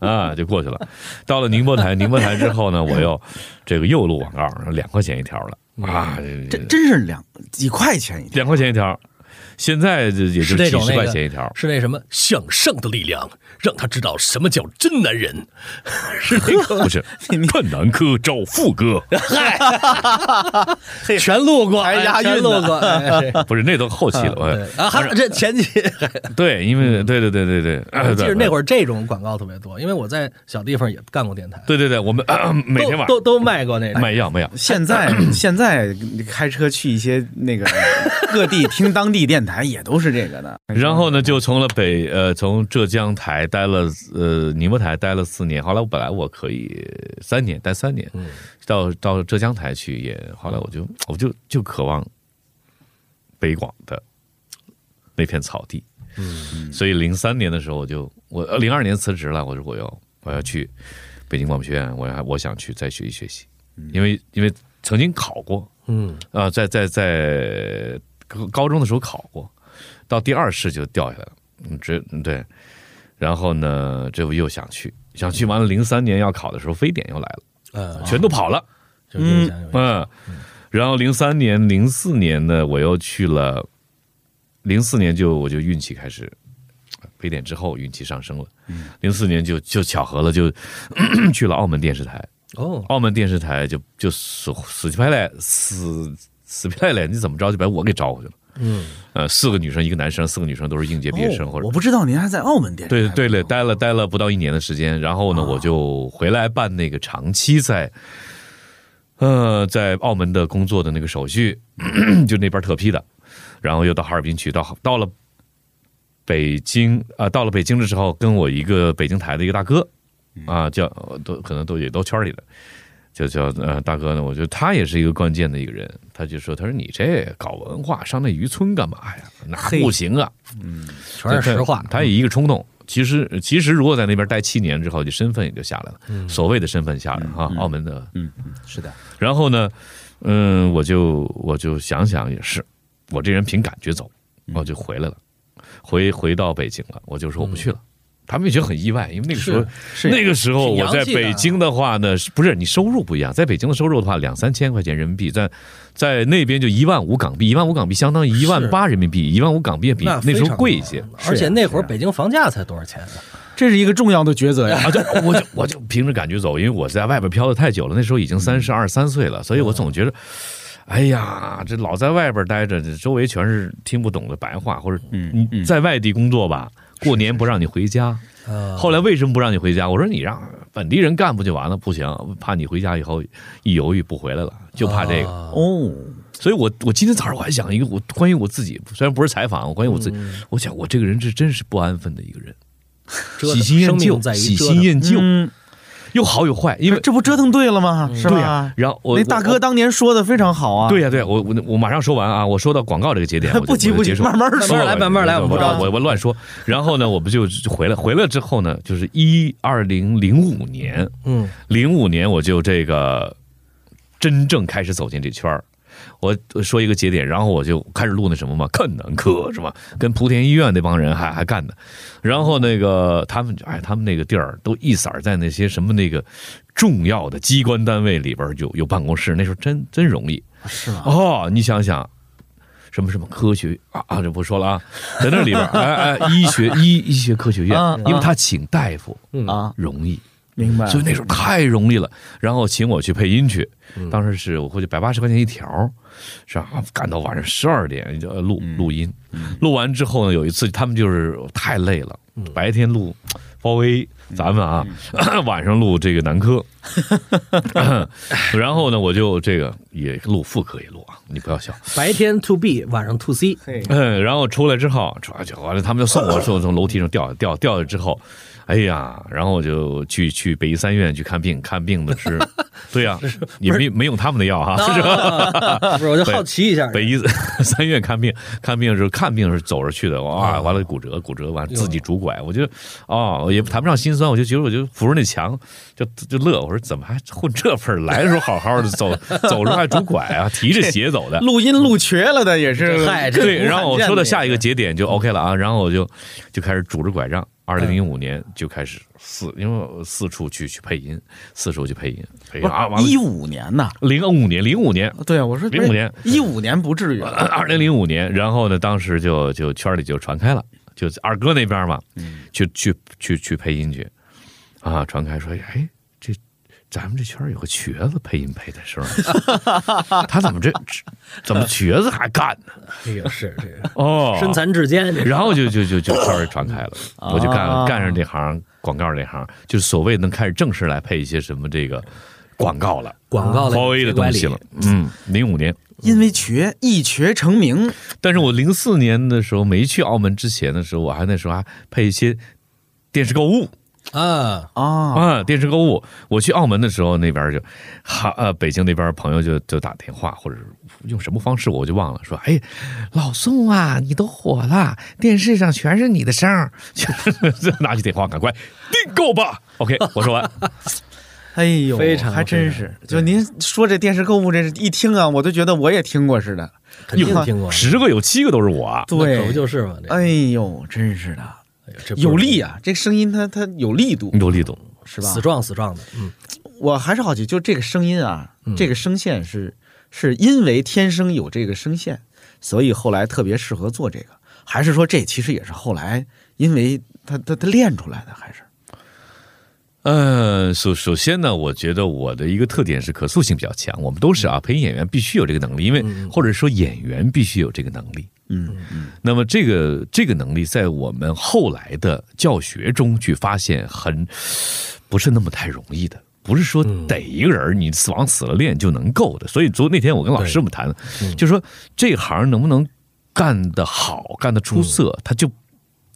啊，就过去了。到了宁波台，宁波台之后呢，我又这个又录广告，两块钱一条了啊，嗯这真是两几块钱一条，两块钱一条，现在这也就是那几种十那块个钱一条。是那什么向上的力量，让他知道什么叫真男人，是那个不是，看南科找副哥，全路过，哎还押韵呢全路过， 哎不是那都后期了。对我啊，还这前期，对，因为对对对对对，我记得那儿，会儿这种广告特别多，因为我在小地方也干过电台，对对对，我们咳咳每天晚上嗯都都都卖过那种。卖药卖药。现在 现在你开车去一些那个各地听当地电台也都是这个 的，然后呢，就从了北呃，从浙江台待了呃宁波台待了四年。后来我本来我可以三年待三年，到到浙江台去也，后来我就我就就渴望北广的那片草地。嗯，所以零三年的时候我就我呃零二年辞职了，我说我要我要去北京广播学院，我要我想去再学习学习，因为因为曾经考过，嗯，啊，在在在高高中的时候考过，到第二试就掉下来了，嗯，这嗯对，然后呢，这不又想去，想去完了，零三年要考的时候，非典又来了，呃，全都跑了，就影响有点嗯，然后零三年、零四年呢，我又去了，零四年就我就运气开始，非典之后运气上升了，零四年就就巧合了，就 去了澳门电视台，哦，澳门电视台就就死死皮赖脸死死皮赖脸，你怎么着就把我给招过去了。嗯，呃，四个女生一个男生，四个女生都是应届毕业生，或哦者我不知道您还在澳门电视对台对了，工作待了待了不到一年的时间，然后呢，我就回来办那个长期在，呃，在澳门的工作的那个手续， 就那边特批的，然后又到哈尔滨去，到到了北京啊、到了北京的时候，跟我一个北京台的一个大哥啊，叫呃都可能都也都圈里的。就叫呃大哥呢，我觉得他也是一个关键的一个人，他就说，他说你这搞文化上那渔村干嘛呀？那不行啊，全是实话他。他也一个冲动。其实，其实如果在那边待七年之后，你身份也就下来了，嗯所谓的身份下来了哈，澳门的。嗯，嗯是的，然后呢，嗯，我就我就想想也是，我这人凭感觉走，嗯我就回来了，回回到北京了，我就说我不去了。他们也觉得很意外，因为那个时候是是，那个时候挺我洋在气的啊北京的话呢，是不是你收入不一样，在北京的收入的话，两三千块钱人民币，在在那边就一万五港币，一万五港币相当于一万八人民币，一万五港币也比那那时非候常贵一些。而且那会儿北京房价才多少钱啊？这是一个重要的抉择呀。啊，对，我就我就凭着感觉走，因为我在外边漂的太久了，那时候已经三十二三岁了，所以我总觉得，哎呀，这老在外边待着，这周围全是听不懂的白话，或者嗯你在外地工作吧，过年不让你回家。啊后来为什么不让你回家？我说你让本地人干不就完了？不行，怕你回家以后一犹豫不回来了，就怕这个。啊哦，所以我我今天早上我还想一个我关于我自己，虽然不是采访，我关于我自己，嗯我想我这个人是真是不安分的一个人，折腾喜新厌生旧命，在于喜折新腾厌旧。嗯，又好有坏，因因为为这不折腾对了吗？是对呀、吧？然后我那大哥我当年说的非常好啊。对呀、对呀、我我我马上说完啊，我说到广告这个节点，我 就不急我就不急结束慢慢说慢慢来慢慢来我我不着急我我乱说。然后呢，我们就回来，回来之后呢，就是一二零零五年，嗯，零五年我就这个真正开始走进这圈儿。我我说一个节点，然后我就开始录那什么嘛，看南科是吧？跟莆田医院那帮人还还干呢。然后那个他们就，哎，他们那个地儿都一色儿在那些什么那个重要的机关单位里边儿有有办公室，那时候真真容易。是吗？哦，你想想，什么什么科学啊啊，这不说了啊，在那里边儿，哎哎，医学医医学科学院啊，因为他请大夫啊，容易。明白。所以那时候太容易了。然后请我去配音去，嗯当时是我估计百八十块钱一条，是吧？干到晚上十二点就录嗯录音，录完之后呢，有一次他们就是太累了，嗯白天录包 A，咱们啊 晚上录这个男 科，然后呢我就这个也录副科也录啊，你不要笑。白天 to B，晚上 to C，嗯，然后出来之后，出来就完了，他们就送我，送我从楼梯上掉掉掉下之后，哎呀，然后我就去去北医三院去看病，看病的 是，对呀、也没没用他们的药哈，是吧？啊 不是？我就好奇一下， 北医三院看病，看病是看病是走着去的，啊哇，完了骨折，骨折完自己拄拐，我就哦也谈不上心酸，我就觉得我就扶着那墙就就乐，我说怎么还混这份儿来的时候好好的走走着还拄拐啊，提着鞋走的，录音录瘸了的也是，嗨这对，不然后我说到下一个节，节点就 OK 了啊，然后我就就开始拄着拐杖，二零零五年就开始四，因为我四处去去配音，四处去配音，配音啊，完一了五年呐。零五年，零五年。对啊，我说05年嗯一五年不至于吧，二零零五年，然后呢，当时就就圈里就传开了，就二哥那边嘛，去去去去配音去，啊，传开说，哎，这咱们这圈儿有个瘸子配音配的是吧？ 他怎么这怎么瘸子还干呢？哎呦是这个哦， 身残志坚，这是然后就就就就圈儿传开了，我就干干上这行广告这行，就是所谓能开始正式来配一些什么这个广告了，广告的华为的东西了。嗯，零五年，因为瘸一瘸成名，但是我零四年的时候没去澳门之前的时候，我还那时候还配一些电视购物啊，啊，啊，电视购物。我去澳门的时候，那边就哈呃北京那边朋友就就打电话或者是用什么方式我就忘了，说哎，老宋啊，你都火了， 电视上全是你的声儿，就拿起电话赶快订购吧。OK，我说完。哎呦，非常还真非是。就您说这电视购物，这一听啊，我都觉得我也听过似的。肯定听过，十个有七个都是我，那可对，不就是嘛？这哎呦，真是的，哎呀这不是有力啊！这声音它它有力度，有力度。是吧死？壮死壮的，嗯，我还是好奇，就这个声音啊，这个声线是是因为天生有这个声线，所以后来特别适合做这个，还是说这其实也是后来因为他他他练出来的，还是呃，首首先呢，我觉得我的一个特点是可塑性比较强。我们都是啊，配音演员必须有这个能力，因为或者说演员必须有这个能力。嗯，那么这个这个能力在我们后来的教学中去发现很不是那么太容易的。不是说嗯逮一个人儿你死往死了练就能够的，所以昨那天我跟老师们谈，就说这行能不能干得好、干得出色，他就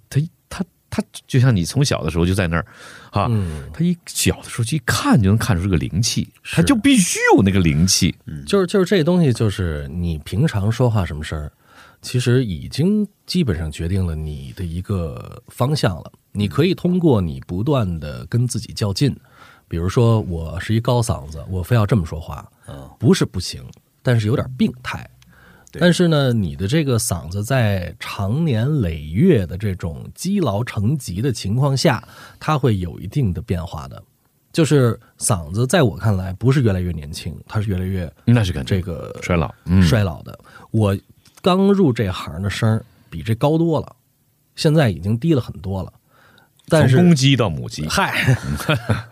他他他就像你从小的时候就在那儿啊，他一小的时候就一看就能看出这个灵气，他就必须有那个灵气，就是就是这东西，就是你平常说话什么声儿，其实已经基本上决定了你的一个方向了。你可以通过你不断的跟自己较劲，比如说我是一高嗓子，我非要这么说话，不是不行，但是有点病态。但是呢，你的这个嗓子在长年累月的这种积劳成疾的情况下，它会有一定的变化的。就是嗓子，在我看来，不是越来越年轻，它是越来越嗯那是肯定这个衰老，嗯，衰老的。我刚入这行的声儿比这高多了，现在已经低了很多了。但从是公鸡到母鸡，嗨，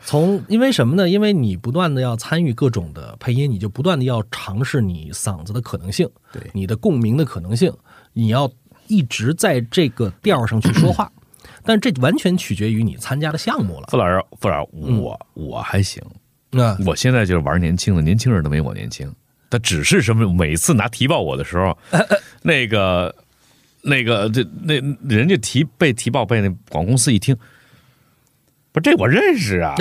从因为什么呢？因为你不断的要参与各种的配音，你就不断的要尝试你嗓子的可能性，对你的共鸣的可能性，你要一直在这个调儿上去说 话。但这完全取决于你参加的项目了。 啊傅老师，傅老师，我我还行，那我现在就是玩年轻的，年轻人都没我年轻。他只是什么？每次拿提报我的时 候，那个那个这那人家提被提报被那广告公司一听，不是这我认识 啊，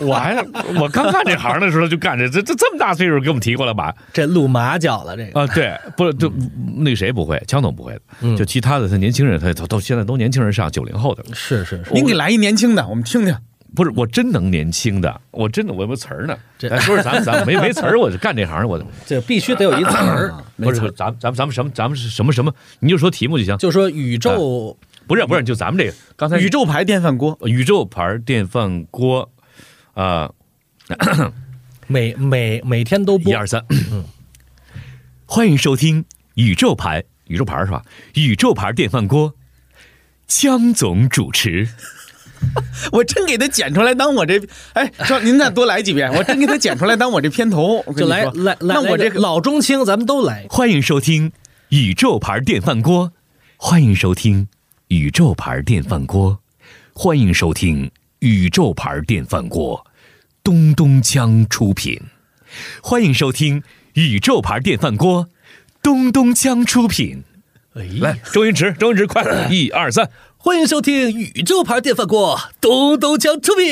我还我刚干这行的时候就干这这这这么大岁数给我们提过来吧？这露马脚了，这个啊，对，不是就嗯那个谁不会，枪总不会的，就其他的他年轻人他他都现在都年轻人上九零后的，是是是，您给来一年轻的，我们听听。不是，我真能年轻的，我真的我有没词儿呢？这哎说是咱们咱们没没词儿，我是干这行的，我这必须得有一词儿。不是不是，咱们咱们咱们什么咱们是什么什么，你就说题目就行。就说宇宙不是不是，就咱们这个刚才宇宙牌电饭锅，宇宙牌电饭锅啊，每每每天都一播，二三，嗯 欢迎收听宇宙牌宇宙牌是吧？宇宙牌电饭锅，江总主持。我真给他剪出来当我这，哎，说您再多来几 遍，我真给他剪出来当我这片头。我跟你就来说来来，那来我这个老中青咱们都来。欢迎收听宇宙牌电饭锅，欢迎收听宇宙牌电饭锅，欢迎收听宇宙牌电饭锅，东东锵出品，欢迎收听宇宙牌电饭锅，东东锵出品。哎来，周星驰，周星驰， 快，一二三，欢迎收听宇宙牌电饭锅，东东锵出品。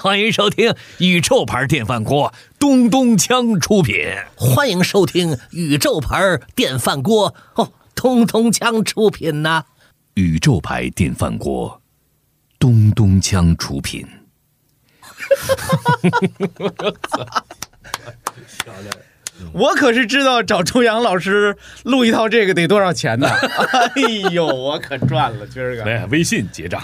欢迎收听宇宙牌电饭锅，东东锵出品。欢迎收听宇宙牌电饭锅，哦，通通锵出品呐、宇宙牌电饭锅，东东锵出品。我可是知道找周洋老师录一套这个得多少钱呢？ 哎呦，我可赚了，今儿个。来，微信结账。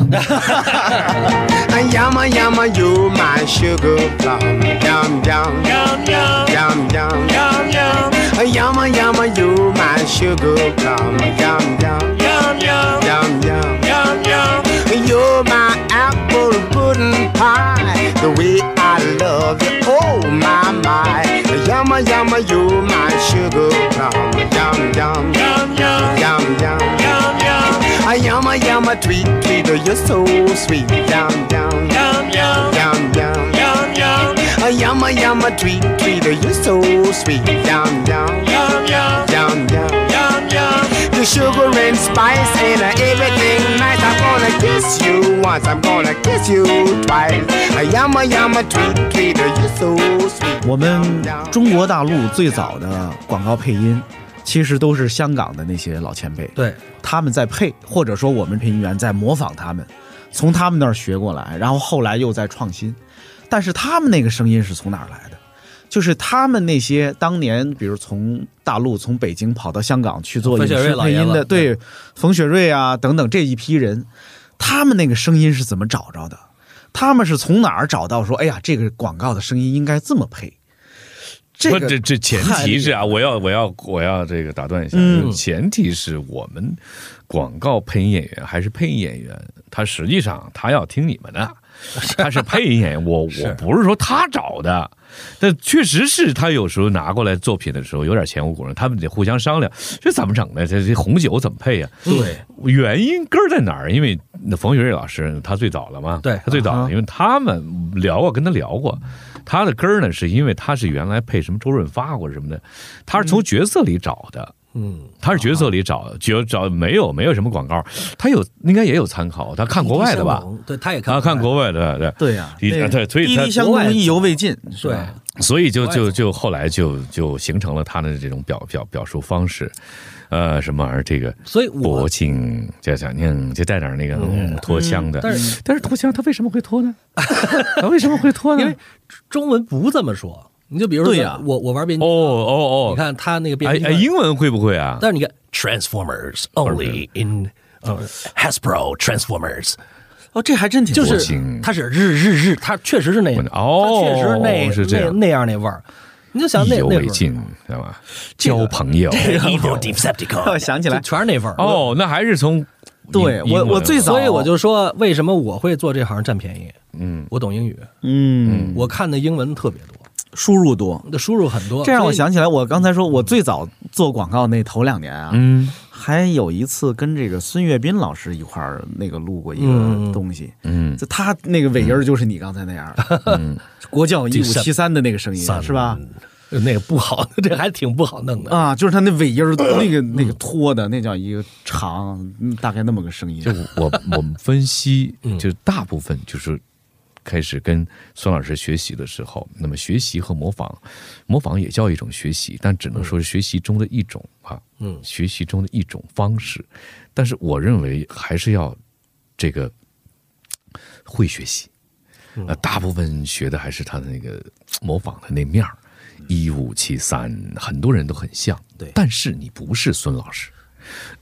Yama yama, you my sugar plum. Yum yum Yum, yum, yum yum. yum, yum, Yama yama, you my sugar plum. Yum yum, yum yum, yum yum. yum, yum. You're my apple pudding pie. The way I love you, oh my my. Yama yama, you my sugar plum. Yum yum yum yum. Yama yama, tweet tweet, you're so sweet. Yum yum yum yum. Yama yama, tweet tweet, you're so sweet. Yum yum yum yum. The sugar and spice and uh, everything nice. I'm gonna kiss you once, I'm gonna kiss you twice. Uh, yama yama tweet tweet, uh, you're so sweet. 我们中国大陆最早的广告配音，其实都是香港的那些老前辈，对，他们在配，或者说我们配音员在模仿他们，从他们那儿学过来，然后后来又在创新。但是他们那个声音是从哪儿来的？就是他们那些当年，比如从大陆、从北京跑到香港去做冯影雪瑞视老配爷音子啊的，对，冯雪瑞啊等等这一批人，他们那个声音是怎么找着的？他们是从哪儿找到说，哎呀，这个广告的声音应该这么配？这不，个这这前太提厉是害啊，我要我要我要这个打断一下，嗯就是前提是我们广告配音演员还是配音演员，他实际上他要听你 们的，他是配音演员，我我不是说他找的。但确实是他有时候拿过来作品的时候有点前无古人，他们得互相商量这怎么整呢？这这红酒怎么配啊呀、对，原因根儿在哪儿？因为那冯雪瑞老师他最早了嘛，对啊他最早了，因为他们聊啊过，跟他聊过，他的根儿呢，是因为他是原来配什么周润发或者什么的，他是从角色里找的。嗯，他是角色里找，角找没有没有什么广告，他有应该也有参考，他看国外的吧？？对，他也啊看他看国外的，对对呀、你那对所以滴他滴相国外公意犹未尽，是对吧，所以就国外就就后来就就形成了他的这种表表表述方式，呃，什么玩意儿这个所以我薄情就想嗯，就带点那个嗯脱腔的，但是但是脱腔他为什么会脱呢？他为什么会脱呢？因为中文不这么说，你就比如说对呀我我玩变哦形，哦哦，你看他那个变哎形哎，金刚英文会不会啊？但是你看 Transformers only in 呃 Hasbro Transformers，哦，这还真挺就多是行它是日日日，它确实是那样，哦它确实那是这样那那样那味儿。你就想意那犹那未味儿尽，知道吧？交朋友，Evil Decepticon，想起来就全是那味儿。哦，那还是从对英我英文我最早所以我就说，为什么我会做这行占便宜？嗯，我懂英语，嗯，我看的英文特别多，输入多。我的输入很多。这让我所以想起来，我刚才说我最早做广告那头两年啊，嗯还有一次跟这个孙岳斌老师一块儿那个录过一嗯个东西，嗯就他那个尾音儿就是你刚才那样儿，嗯，国教一五七三的那个声音是吧？？呃那个不好， 这还挺不好弄的。啊，就是他那尾音儿那 个那个拖的那叫一个长，嗯大概那么个声音就。我我们分析 嗯，就大部分就是开始跟孙老师学习的时候，那么学习和模仿，模仿也叫一种学习，但只能说是学习中的一种啊，嗯学习中的一种方式。但是我认为还是要这个会学习，嗯呃，大部分学的还是他的那个模仿的那面儿。一五七三，很多人都很像，嗯对但是你不是孙老师，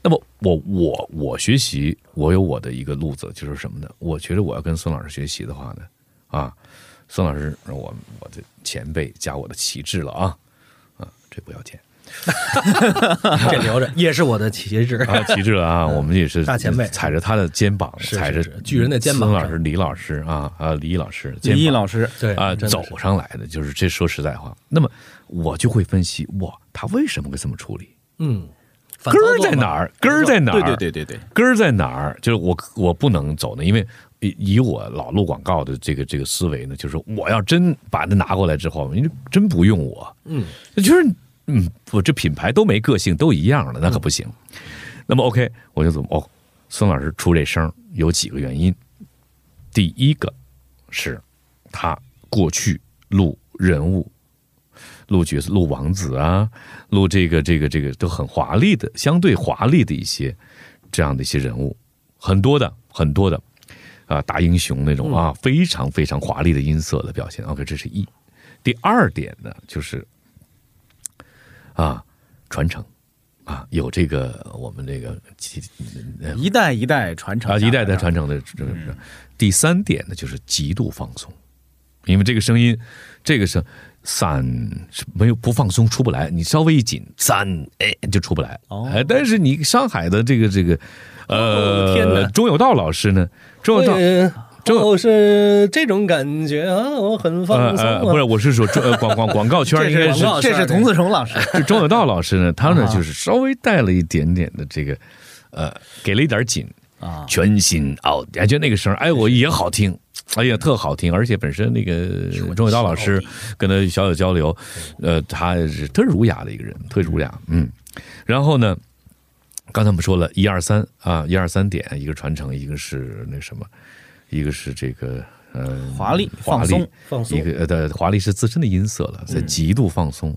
那么我我我学习，我有我的一个路子，就是什么呢？我觉得我要跟孙老师学习的话呢，啊，孙老师，我我的前辈加我的旗帜了啊，啊，这不要钱这 留着也是我的旗帜。啊，旗帜了啊，我们也是大前辈踩着他的肩膀，是是踩着是巨人的肩膀孙上老师、李老师啊啊，李老师，肩李毅膀老师，对啊、真的是走上来的，就是这说实在话。那么我就会分析，哇，他为什么会这么处理？嗯，根根儿在哪？儿？根儿在哪儿？对对对对对，根儿在哪儿？就是我我不能走呢，因为以以我老录广告的这个这个思维呢，就是我要真把它拿过来之后，你真不用我，嗯，就是嗯，我这品牌都没个性，都一样了，嗯那可不行。那么 OK，我就怎么哦，孙老师出这声儿有几个原因，第一个是他过去录人物。录角色、录王子啊，录这个、这个、这个都很华丽的，相对华丽的一些这样的一些人物，很多的很多的，啊、大英雄那种啊，非常非常华丽的音色的表现。OK，这是一。第二点呢，就是啊，传承啊，有这个我们这个呃一代一代传承啊一代代承。传承的这个。嗯第三点呢，就是极度放松，因为这个声音，这个声散是没有不放松出不来，你稍微一紧散，哎就出不来。哦哎，但是你上海的这个这个，呃，哦天哪钟有道老师呢，钟有道。这哦就是这种感觉啊，我很呃放松呃，啊。不是，我是说这呃广广广告圈这儿应该是是广告这圈是儿童自成老师，就钟有道老师呢，他呢就是稍微带了一点点的这个，呃，给了一点紧啊全新奥，哎，就那个声儿，哎，我也好听，哎呀，特好听，而且本身那个钟有道老师跟他小有交流，呃，他是特儒雅的一个人，特儒雅，嗯，然后呢。刚才我们说了一二三啊，一二三点，一个传承，一个是那什么，一个是这个呃华丽华放丽松放松嗯一个呃的华丽是自身的音色了，在极度放松。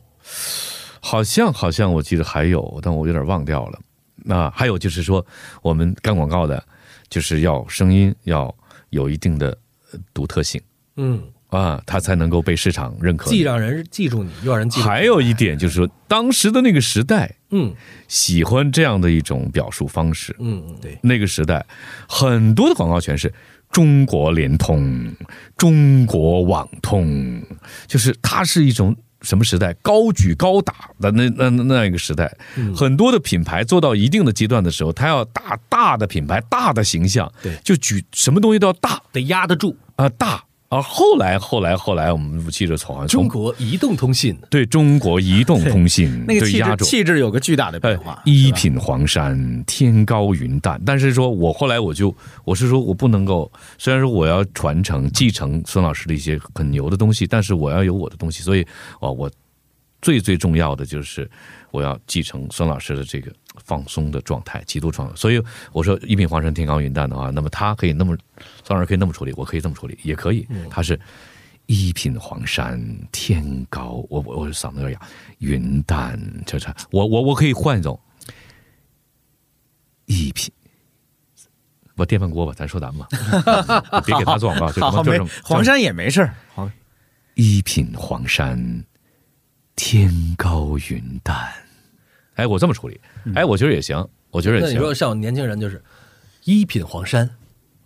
好像好像我记得还有，但我有点忘掉了。那还有就是说，我们干广告的，就是要声音要有一定的呃独特性，嗯，啊，它才能够被市场认可。既让人记住你，又让人记住你。还有一点就是说，当时的那个时代嗯喜欢这样的一种表述方式。嗯，对，那个时代，很多的广告全是中国联通、中国网通，就是它是一种什么时代高举高打的那那那那一个时代，嗯很多的品牌做到一定的阶段的时候，它要大大的品牌、大的形象，对就举什么东西都要大得压得住。啊大。而后来，后来，后来，我们记者从从中国移动通信对中国移动通信 那个对气压质轴。气质有个巨大的呃变化，。一品黄山，天高云淡。但是说我后来我就我是说我不能够，虽然说我要传承继承孙老师的一些很牛的东西，但是我要有我的东西，所以啊，我最最重要的就是我要继承孙老师的这个放松的状态，极度创。所以我说一品黄山，天高云淡的话，那么他可以那么，孙老师可以那么处理，我可以这么处理，也可以，嗯他是。一品黄山天高，我我我嗓子有点哑，云淡就是我我我可以换一种一品。我电饭锅吧，咱说咱们 吧，别给他做广告，就好好就没啊这么黄山也没事儿，黄一品黄山，天高云淡。哎，我这么处理，嗯哎，我觉得也行，我觉得那也你说行。像年轻人就是一品黄山，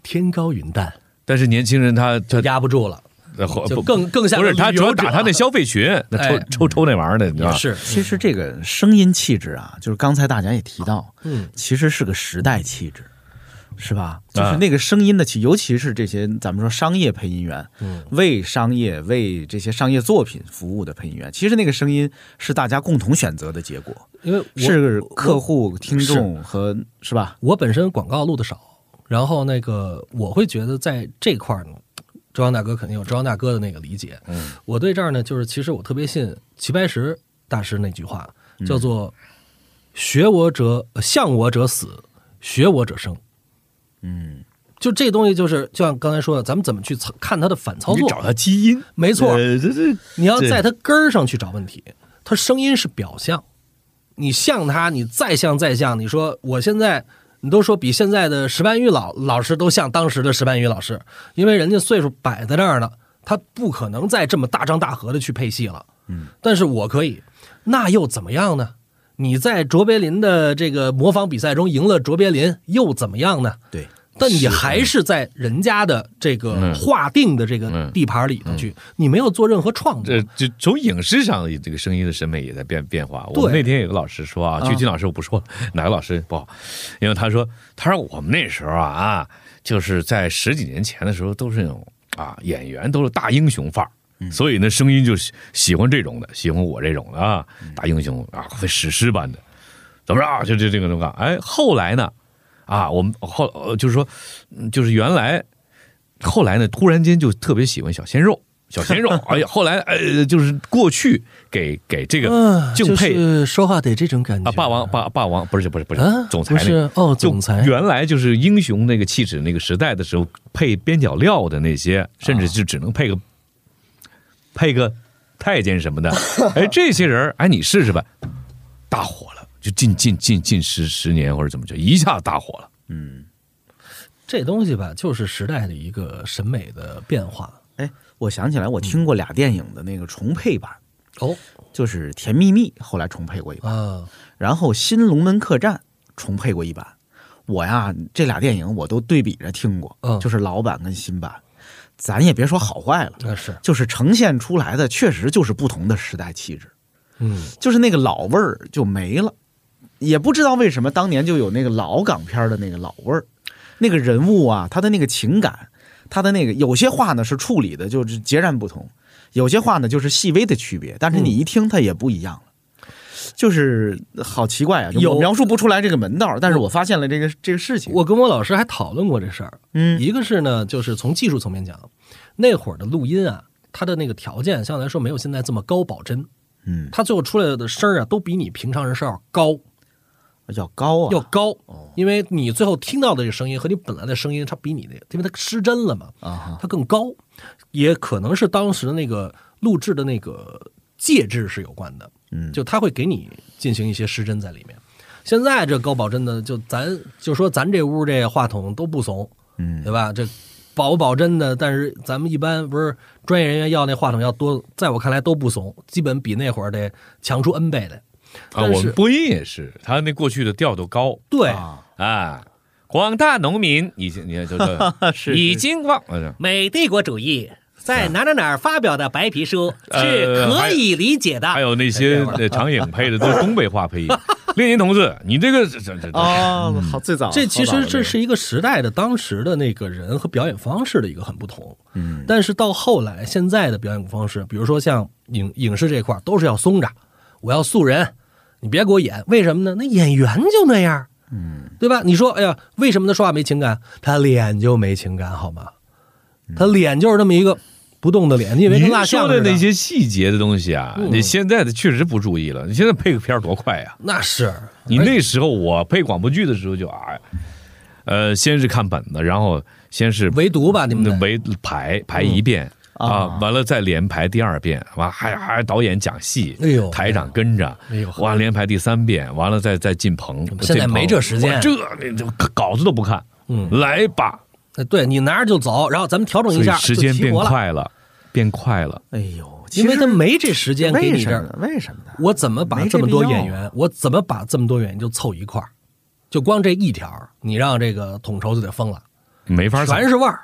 天高云淡，但是年轻人他他压不住了，呃或就不更更像不是个他旅主要游者打他那消费群，那哎抽抽抽那玩意儿的，你知道也吧？是其实这个声音气质啊，就是刚才大家也提到，嗯，其实是个时代气质，是吧？就是啊那个声音的气，尤其是这些咱们说商业配音员，嗯，为商业为这些商业作品服务的配音员，其实那个声音是大家共同选择的结果，因为我是客户、听众和是吧？我本身广告录的少，然后那个我会觉得在这块儿呢，周洋大哥肯定有周洋大哥的那个理解。嗯，我对这儿呢，就是其实我特别信齐白石大师那句话，嗯叫做“学我者呃向我者死，学我者生”。嗯，嗯就这东西就是就像刚才说的，咱们怎么去操看他的反操你作？找他基因，没错，呃这这你要对在他根儿上去找问题，他声音是表象，你像他，你再像再像，你说我现在。你都说比现在的石斑鱼老老师都像当时的石斑鱼老师，因为人家岁数摆在那儿呢，他不可能再这么大张大合的去配戏了。嗯，但是我可以，那又怎么样呢？你在卓别林的这个模仿比赛中赢了卓别林，又怎么样呢？对，但你还是在人家的这嗯个划定的这个地盘里头去，你没有做任何创作这。就从影视上这个声音的审美也在变变化。我们对那天有个老师说啊，具体老师我不说了，哪个老师不好，因为他说他说我们那时候啊啊，就是在十几年前的时候都是那种啊演员都是大英雄范儿。嗯所以呢，声音就喜喜欢这种的，喜欢我这种的啊，嗯大英雄啊，会史诗般的，怎么着啊？就这这个这个，哎，后来呢，啊，我们后呃就是说，嗯就是原来后来呢，突然间就特别喜欢小鲜肉，小 鲜肉，哎呀，后来呃，就是过去给给这个嗯，敬佩、就是说话得这种感觉啊，霸王霸霸王不是不是不是、啊总裁不那个是哦，就总裁原来就是英雄那个气质那个时代的时候，配边角料的那啊些，甚至就只能配个、配个太监 什么的。哎，这些人儿，哎，你试试吧，大火了，就近近近近十十年或者怎么着，一下子大火了。啊这东西吧，就是时代的一个审美的变化。哎，我想起来，嗯我听过俩电影的那个重配版，哦就是《甜蜜蜜》，后来重配过一版。啊，然后《新龙门客栈》重配过一版。我呀，这俩电影我都对比着听过，嗯就是老版跟新版，咱也别说好坏了，那是就是呈现出来的确实就是不同的时代气质，嗯，就是那个老味儿就没了，也不知道为什么当年就有那个老港片的那个老味儿，那个人物啊，他的那个情感，他的那个有些话呢是处理的就是截然不同，有些话呢就是细微的区别，但是你一听它也不一样了。就是好奇怪啊！就有我描述不出来这个门道儿，但是我发现了这个这个事情。我跟我老师还讨论过这事儿。嗯一个是呢，就是从技术层面讲，那会儿的录音啊，它的那个条件相对来说没有现在这么高保真。嗯，它最后出来的声儿啊，都比你平常人声儿要高。要高啊，要高，哦因为你最后听到的这声音和你本来的声音，它比你的，因为它失真了嘛，啊它更高，也可能是当时的那个录制的那个介质是有关的，嗯，就它会给你进行一些失真在里面。现在这高保真的，就咱就说咱这屋这话筒都不怂，嗯，对吧？这。保不保真的，但是咱们一般不是专业人员要那话筒要多，在我看来都不怂，基本比那会儿得强出 N 倍来。啊，但我是们播音也是，他那过去的调都高对，啊。广大农民已经，你看，就啊这是已经忘了，美帝国主义在哪哪哪儿发表的白皮书啊呃是可以理解啊的。还有那哎些呃长影配的都是东北话配音。 列宁同志，你这个这这这哦，好，最啊早嗯这其好早实的这是一个时代的当时的那个人和表演方式的一个很不同。嗯，但是到后来现在的表演方式，比如说像影影视这块儿都是要松着，我要素人，你别给我演，为什么呢？那演员就那样，嗯，对吧？你说，哎呀，为什么他说话没情感？他脸就没情感，好吗？他脸就是这么一个不动的脸，你以为嗯您跟蜡像嗯说似的的那些细节的东西啊，你现在的确实不注意了。你现在配个片儿多快呀、那是你那时候我配广播剧的时候就哎，呃，先是看本子，然后先是唯独吧，你们嗯那得围排排一遍、啊，完了再连排第二遍，完还还导演讲戏，哎呦台长跟着，哎呦完连排第三遍，完了再再进棚。现在进棚没这时间我这那这稿子都不看，来吧，呃对你拿着就走，然后咱们调整所一以下，时就间齐变活了，快了，变快了。哎呦，因为其实他没这时间给为你什这么儿呢？为什么呢？我怎么把没这这么必多要演员，我怎么把这么多演员就凑一块儿？就光这一条儿，你让这个统筹就得疯了，没法全是是腕儿，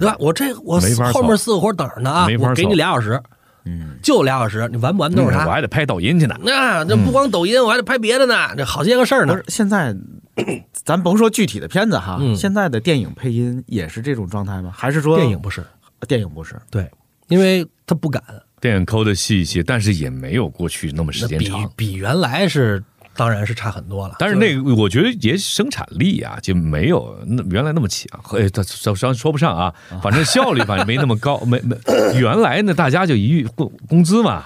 对吧？我这我没法后凑面四个活儿等着呢啊没，法我给你凑嗯俩小时，嗯，就俩小时，你完不完都是我他。还得嗯拍抖音去呢。那这不光抖音，我还得拍别的呢，这好些个事儿不呢是。现在，咱甭说具体的片子哈，嗯现在的电影配音也是这种状态吗？还是说电影不是电影不是？对，因为他不敢，电影抠的细一些，但是也没有过去那么时那间比长。比原来是当然是差很多了。但是那个，我觉得也生产力啊，就没有那原来那么强。哎，咱咱咱说不上啊，反正效率反正没那么高，没没 原来呢，大家就一工工资嘛，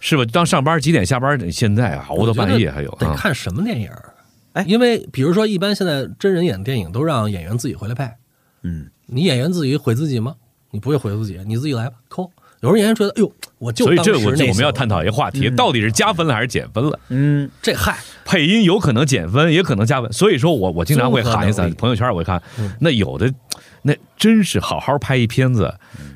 是吧？当上班几点下班？现在啊，熬到半夜还有得啊，看什么电影儿。哎因为比如说，一般现在真人演电影都让演员自己回来拍。嗯，你演员自己毁自己吗？你不会毁自己，你自己来吧，抠。有人演员觉得，哎呦，我就所以这当时我那嗯这我们要行探讨一个话题，到底是加分了还是减分了？嗯，这嗨，配音有可能减分，也可能加分。所以说我我经常会喊一综合嗓能力，朋友圈我会看，那有的那真是好好拍一片子，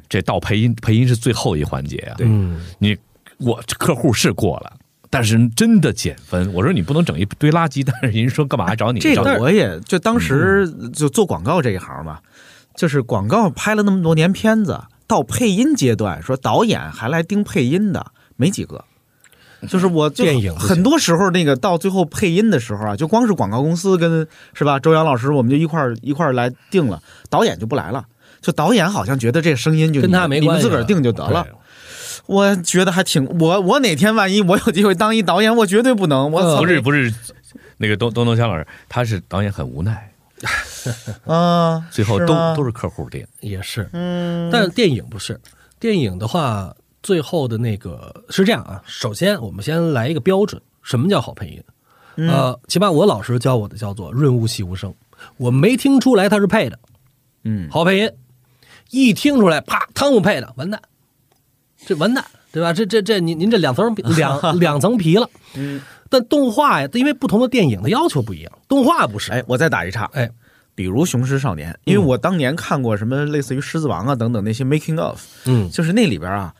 这到配音配音是最后一环节啊。嗯，你我客户是过了，但是真的减分。我说你不能整一堆垃圾，但是人家说干嘛找你？这找个我也就当时嗯就做广告这一行嘛，就是广告拍了那么多年片子，到配音阶段，说导演还来盯配音的没几个。就是我就电影不行很多时候那个到最后配音的时候啊，就光是广告公司跟是吧周洋老师，我们就一块儿一块儿来定了，导演就不来了。就导演好像觉得这声音就跟你他没关系你们自个儿定就得了对。我觉得还挺我我哪天万一我有机会当一导演，我绝对不能。我呃操嗯不是不是，那个东东东强老师，他是导演很无奈，啊，最后是都吗都是客户定。也是，嗯，但电影不是，电影的话，最后的那个是这样啊。首先，我们先来一个标准，什么叫好配音？呃，起码我老师教我的叫做润物细无声，我没听出来他是配的，嗯好配音，一听出来啪，汤姆配的，完蛋，这完蛋，对吧？这这这您您这两 层皮两两层皮了，嗯。但动画呀，因为不同的电影的要求不一样，动画不是，哎，我再打一岔，哎，比如《雄狮少年》，因为我当年看过什么类似于《狮子王》啊等等那些 making of，嗯就是那里边啊，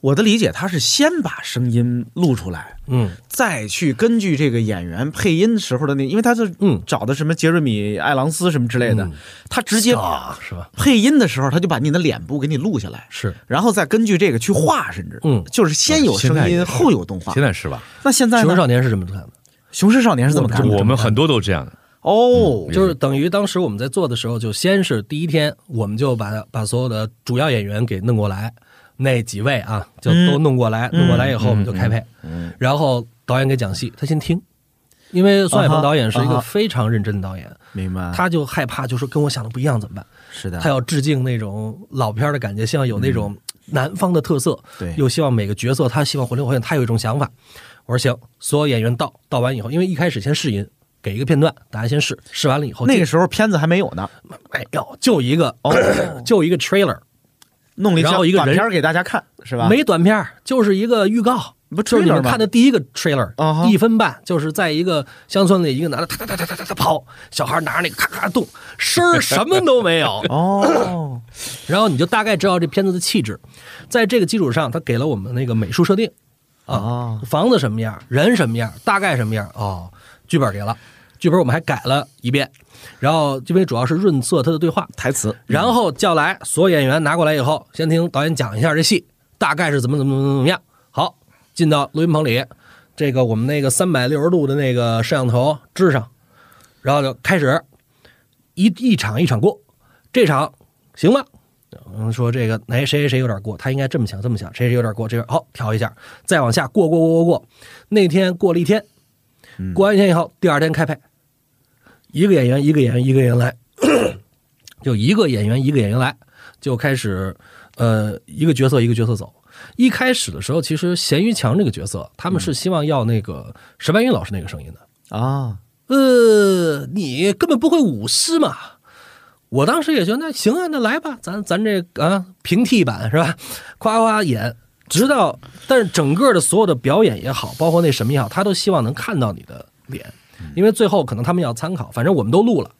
我的理解他是先把声音录出来，嗯，再去根据这个演员配音时候的那，因为他是嗯找的什么杰瑞米·艾朗斯什么之类嗯的，他直接啊，是吧？配音的时候他就把你的脸部给你录下来，是，然后再根据这个去画，甚至嗯就是先有现声在也音是后有动画现。在是吧？那现在《呢熊出没少年》是这么看的。雄狮少年是这么看的我们很多都这样的。哦，就是等于当时我们在做的时候，就先是第一天，我们就把把所有的主要演员给弄过来，那几位啊，就嗯都弄过来，弄过来以后我们就开配，然后导演给讲戏，他先听，因为宋海啊峰哈导演是一啊个哈啊非常认真的导演，明白，他就害怕，就说跟我想的不一样怎么办？是的，他要致敬那种老片儿的感觉，希望有那种南方的特色，嗯对又希望每个角色他希望活灵活现，他有一种想法。我说行，所有演员到到完以后，因为一开始先试音，给一个片段，大家先试，试完了以后，那这个时候片子还没有呢，哎呦，就一个，哦 就一个 trailer，弄了一然后小一个短人片儿给大家看，是吧？没短片儿，就是一个预告，不就是 trailer 你们吗看的第一个 trailer，、啊哈，一分半，就是在一个乡村里，一个男的哒哒哒哒哒哒跑，小孩拿着那个咔咔动，声儿什么都没有 哦，然后你就大概知道这片子的气质。在这个基础上，他给了我们那个美术设定，啊，房子什么样，人什么样，大概什么样哦，剧本给了，剧本我们还改了一遍，然后因为主要是润色他的对话，台词，然后叫来所有演员拿过来以后，先听导演讲一下这戏大概是怎么怎么怎么怎么样。好，进到录音棚里，这个我们那个三百六十度的那个摄像头支上，然后就开始一一场一场过。这场行吗？嗯，说这个哎谁谁谁有点过，他应该这么想这么想，谁谁有点过，这边好调一下，再往下过过过过过。那天过了一天，过完一天以后，第二天开拍，一个演员一个演员一个演员来。 就一个演员一个演员来，就开始呃一个角色一个角色走。一开始的时候，其实咸鱼强这个角色，他们是希望要那个石白云老师那个声音的。啊，呃，你根本不会舞狮嘛。我当时也觉得那行啊，那来吧，咱咱这啊平替版是吧？夸夸演，直到但是整个的所有的表演也好，包括那什么也好，他都希望能看到你的脸，因为最后可能他们要参考，反正我们都录了。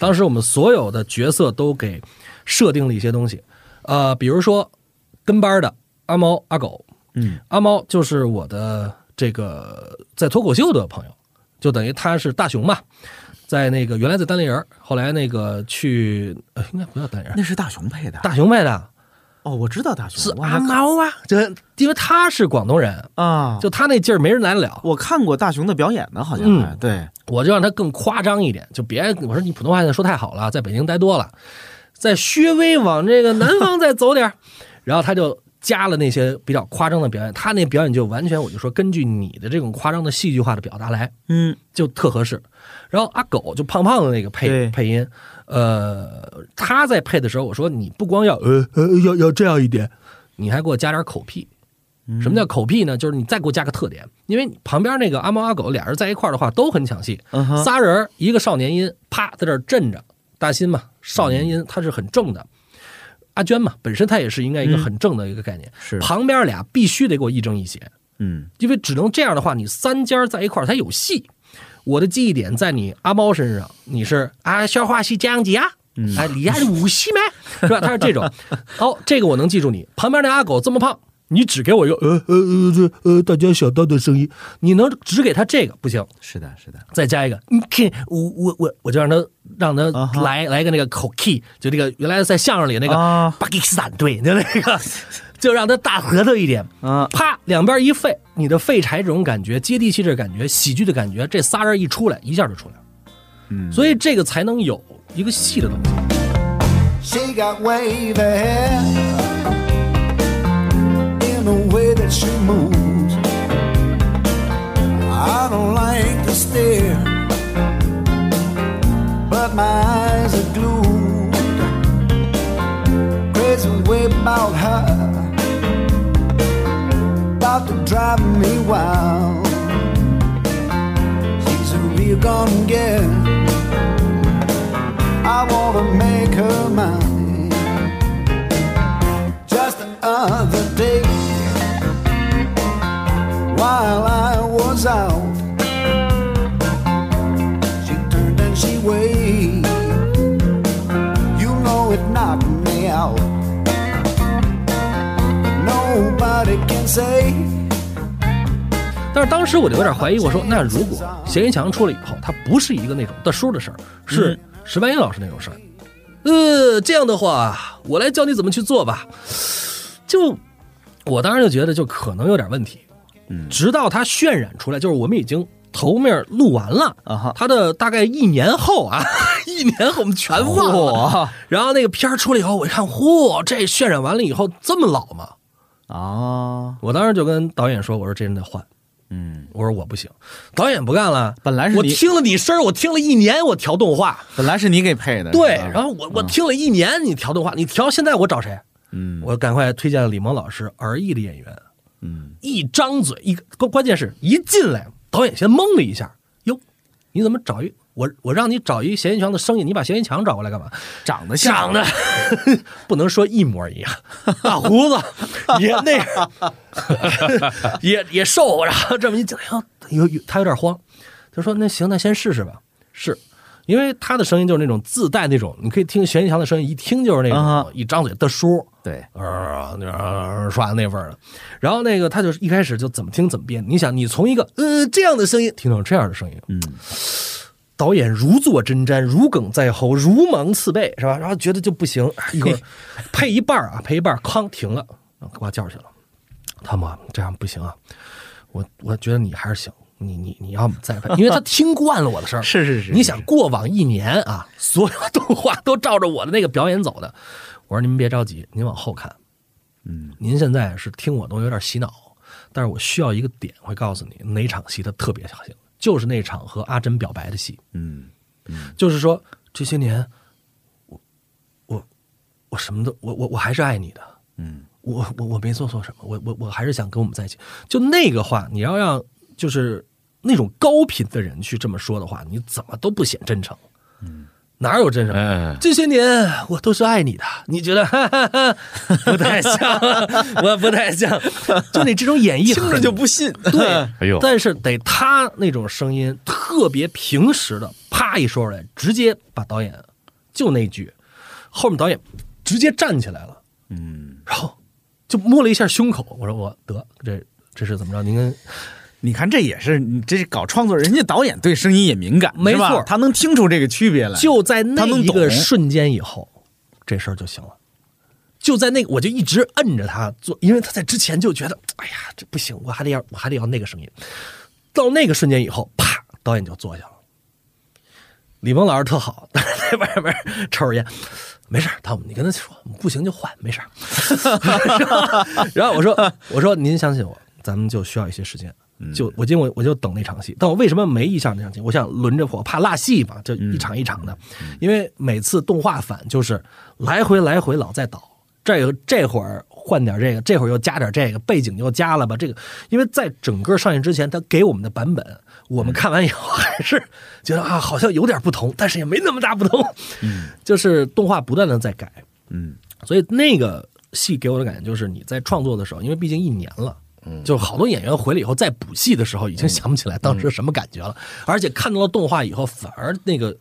当时我们所有的角色都给设定了一些东西，呃，比如说跟班的阿猫阿狗，嗯，阿猫就是我的这个在脱口秀的朋友，就等于他是大熊嘛，在那个原来在单立人儿，后来那个去、呃、应该不叫单立人儿，那是大熊配的，大熊卖的哦，我知道大熊是我还阿猫啊，就因为他是广东人，啊，就他那劲儿没人来得了，我看过大熊的表演呢，好像嗯还对，我就让他更夸张一点，就别我说你普通话现在说太好了，在北京待多了，再稍微往这个南方再走点儿然后他就加了那些比较夸张的表演，他那表演就完全我就说根据你的这种夸张的戏剧化的表达来，嗯，就特合适。然后阿狗就胖胖的那个对配配音，呃，他在配的时候，我说你不光要呃呃要要这样一点，你还给我加点口癖。嗯什么叫口癖呢？就是你再给我加个特点，因为旁边那个阿猫阿狗俩人在一块儿的话都很抢戏，嗯哼仨人儿一个少年音，啪在这儿震着，大嗯新嘛，少年音它是很正的。阿娟嘛，本身她也是应该一个很正的一个概念，嗯是旁边俩必须得给我亦正亦邪，嗯因为只能这样的话，你三家在一块儿才有戏。我的记忆点在你阿猫身上，你是啊，消化系降级啊，哎，你家是五系没？是吧？他是这种，哦，这个我能记住你。旁边那阿狗这么胖，你只给我一个呃呃呃这呃大家想到的声音，你能只给他这个不行，是的，是的，再加一个，你看我我我我就让他让他啊哈来、来一个那个口 key，就那个原来在相声里那个啊巴基斯坦队，就那个 就让他大核桃一点，啊啪两边一废，你的废柴这种感觉、接地气这感觉、喜剧的感觉，这仨人一出来一下就出来了，嗯，所以这个才能有一个戏的东西。 She got wavy hair in the way that she moves. I don't like to stare, but my eyes are glued. Crazy way about her, about to drive me wild. She's a real gone girl. I wanna make her mine. Just the other day, while I was out, she turned and she waved. You know it knocked me out. Nobody can say. 但是当时我就有点怀疑，我说那如果咸鱼强出来以后，他不是一个那种大叔的事儿，嗯是石白英老师那种事儿。呃，这样的话，我来教你怎么去做吧。就我当时就觉得，就可能有点问题。嗯，直到他渲染出来，就是我们已经头面录完了啊哈他的大概一年后啊， 一年后我们全忘了。然后那个片儿出来以后，我一看，嚯，这渲染完了以后这么老吗？啊，我当时就跟导演说：“我说这人得换。”嗯，我说我不行，导演不干了。本来是我你听了你声儿，我听了一年，我调动画，本来是你给配的，对，是吧然后我我听了一年，你调动画，你调，现在我找谁？嗯，我赶快推荐了李萌老师儿艺的演员。嗯，一张嘴，一关关键是一进来，导演先懵了一下，哟，你怎么找一我我让你找一嫌疑强的声音，你把嫌疑强找过来干嘛？长得像长得 不能说一模一样，大胡子也那样， 也也瘦，然后这么一讲，哎呦有有他有点慌，他说那行，那先试试吧，是。因为他的声音就是那种自带那种，你可以听嫌疑强的声音，一听就是那种、啊哈一张嘴的叔，对，呃，那呃刷的那味儿了。然后那个他就是一开始就怎么听怎么编。你想，你从一个呃这样的声音听到这样的声音，嗯，导演如坐针毡，如鲠在喉，如芒刺背，是吧？然后觉得就不行，一会儿配一半儿啊，配一半儿，哐停了，然后给我叫去了。汤姆啊，这样不行啊，我我觉得你还是行。你你你要么再拍，因为他听惯了我的声儿，是是是你想过往一年啊，所有动画都照着我的那个表演走的。我说您别着急，您往后看。嗯，您现在是听我东西有点洗脑，但是我需要一个点会告诉你哪场戏他特别想行，就是那场和阿珍表白的戏。嗯，就是说这些年，我我我什么都我我我还是爱你的，嗯，我我我没做错什么，我我我还是想跟我们在一起。就那个话，你要让就是那种高频的人去这么说的话，你怎么都不显真诚，嗯，哪有真诚？哎这些年我都是爱你的，你 觉得哈哈哈不太像， 我不太像，就你这种演绎听着很就不信。对，哎呦但是得他那种声音特别平实的，啪一说出来，直接把导演就那句，后面导演直接站起来了，嗯，然后就摸了一下胸口，我说我得这这是怎么着？您跟你看，这也是你这是搞创作，人家导演对声音也敏感，没是吧错他能听出这个区别来。就在那他能一懂个瞬间以后，这事儿就行了。就在那个，我就一直摁着他做，因为他在之前就觉得，哎呀，这不行，我还得要，我还得要那个声音。到那个瞬间以后，啪，导演就坐下了。李萌老师特好， 在外边抽着烟，没事儿，汤姆，你跟他说不行就换，没事儿。 然后我说，我说您相信我，咱们就需要一些时间。就我今我我就等那场戏，但我为什么没一上那场戏？我想轮着我怕落戏嘛，就一场一场的，因为每次动画反就是来回来回老在倒，这个这会儿换点这个，这会儿又加点这个，背景又加了吧这个，因为在整个上映之前，他给我们的版本，我们看完以后还是觉得啊，好像有点不同，但是也没那么大不同，嗯， 就是动画不断的在改，所以那个戏给我的感觉就是，你在创作的时候，因为毕竟一年了。就好多演员回来以后再补戏的时候，已经想不起来当时什么感觉了，而且看到了动画以后，反而那个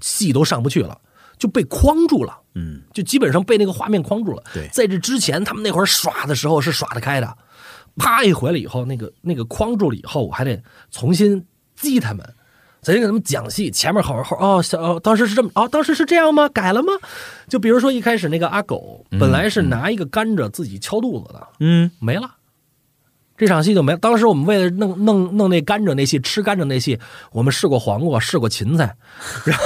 戏都上不去了，就被框住了。嗯，就基本上被那个画面框住了。对在这之前，他们那会儿耍的时候是耍得开的，啪一回来以后，那个那个框住了以后，我还得重新激他们，再给他们讲戏，前面好后哦，小哦，当时是这么哦，当时是这样吗？改了吗？就比如说一开始那个阿狗，本来是拿一个甘蔗自己敲肚子的，嗯，没了。这场戏就没了。当时我们为了弄弄弄那甘蔗那戏，吃甘蔗那戏，我们试过黄瓜，试过芹菜，然后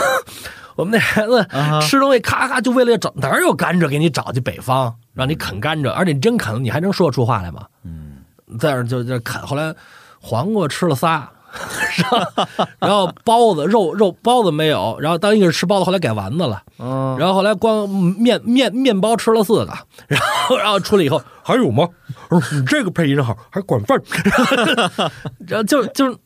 我们那孩子吃东西咔咔，就为了找哪儿有甘蔗给你找去北方，让你啃甘蔗，而且你真啃了，你还能说得出话来吗？嗯，在那儿就就啃。后来黄瓜吃了仨。 然后然后包子肉肉包子没有，然后当一个是吃包子，后来改丸子了，嗯，然后后来光面面面包吃了四个， 然后然后出来以后还有吗？我说你 这个配音好，还管饭， 然后就就是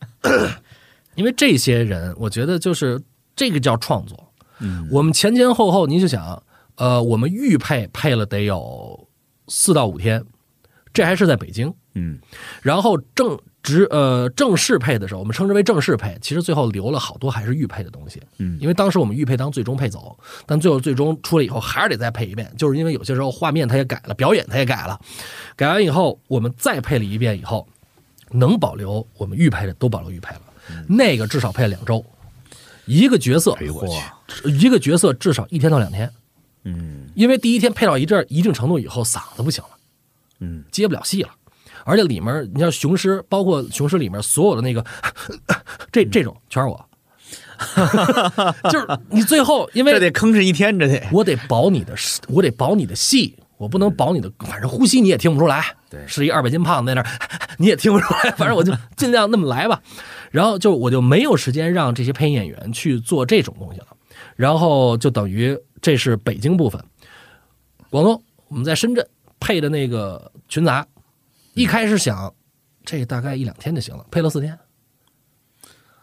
因为这些人，我觉得就是这个叫创作。嗯，我们前前后后，你就想，呃，我们预配配了得有四到五天，这还是在北京。嗯，然后正直呃正式配的时候，我们称之为正式配，其实最后留了好多还是预配的东西。嗯，因为当时我们预配当最终配走，但最后最终出来以后还是得再配一遍，就是因为有些时候画面它也改了，表演它也改了，改完以后我们再配了一遍以后，能保留我们预配的都保留预配了，那个至少配了两周，一个角色，一个角色至少一天到两天，嗯，因为第一天配到一阵儿一定程度以后嗓子不行了，嗯，接不了戏了。而且里面，你像雄狮，包括雄狮里面所有的那个， 这这种全是我，就是你最后因为这得吭哧一天，这得我得保你的，我得保你的戏，我不能保你的，反正呼吸你也听不出来。对，是一二百斤胖子在那儿， 你也听不出来。反正我就尽量那么来吧。然后就我就没有时间让这些配音演员去做这种东西了。然后就等于这是北京部分，广东我们在深圳配的那个群杂，一开始想这大概一两天就行了，配了四天。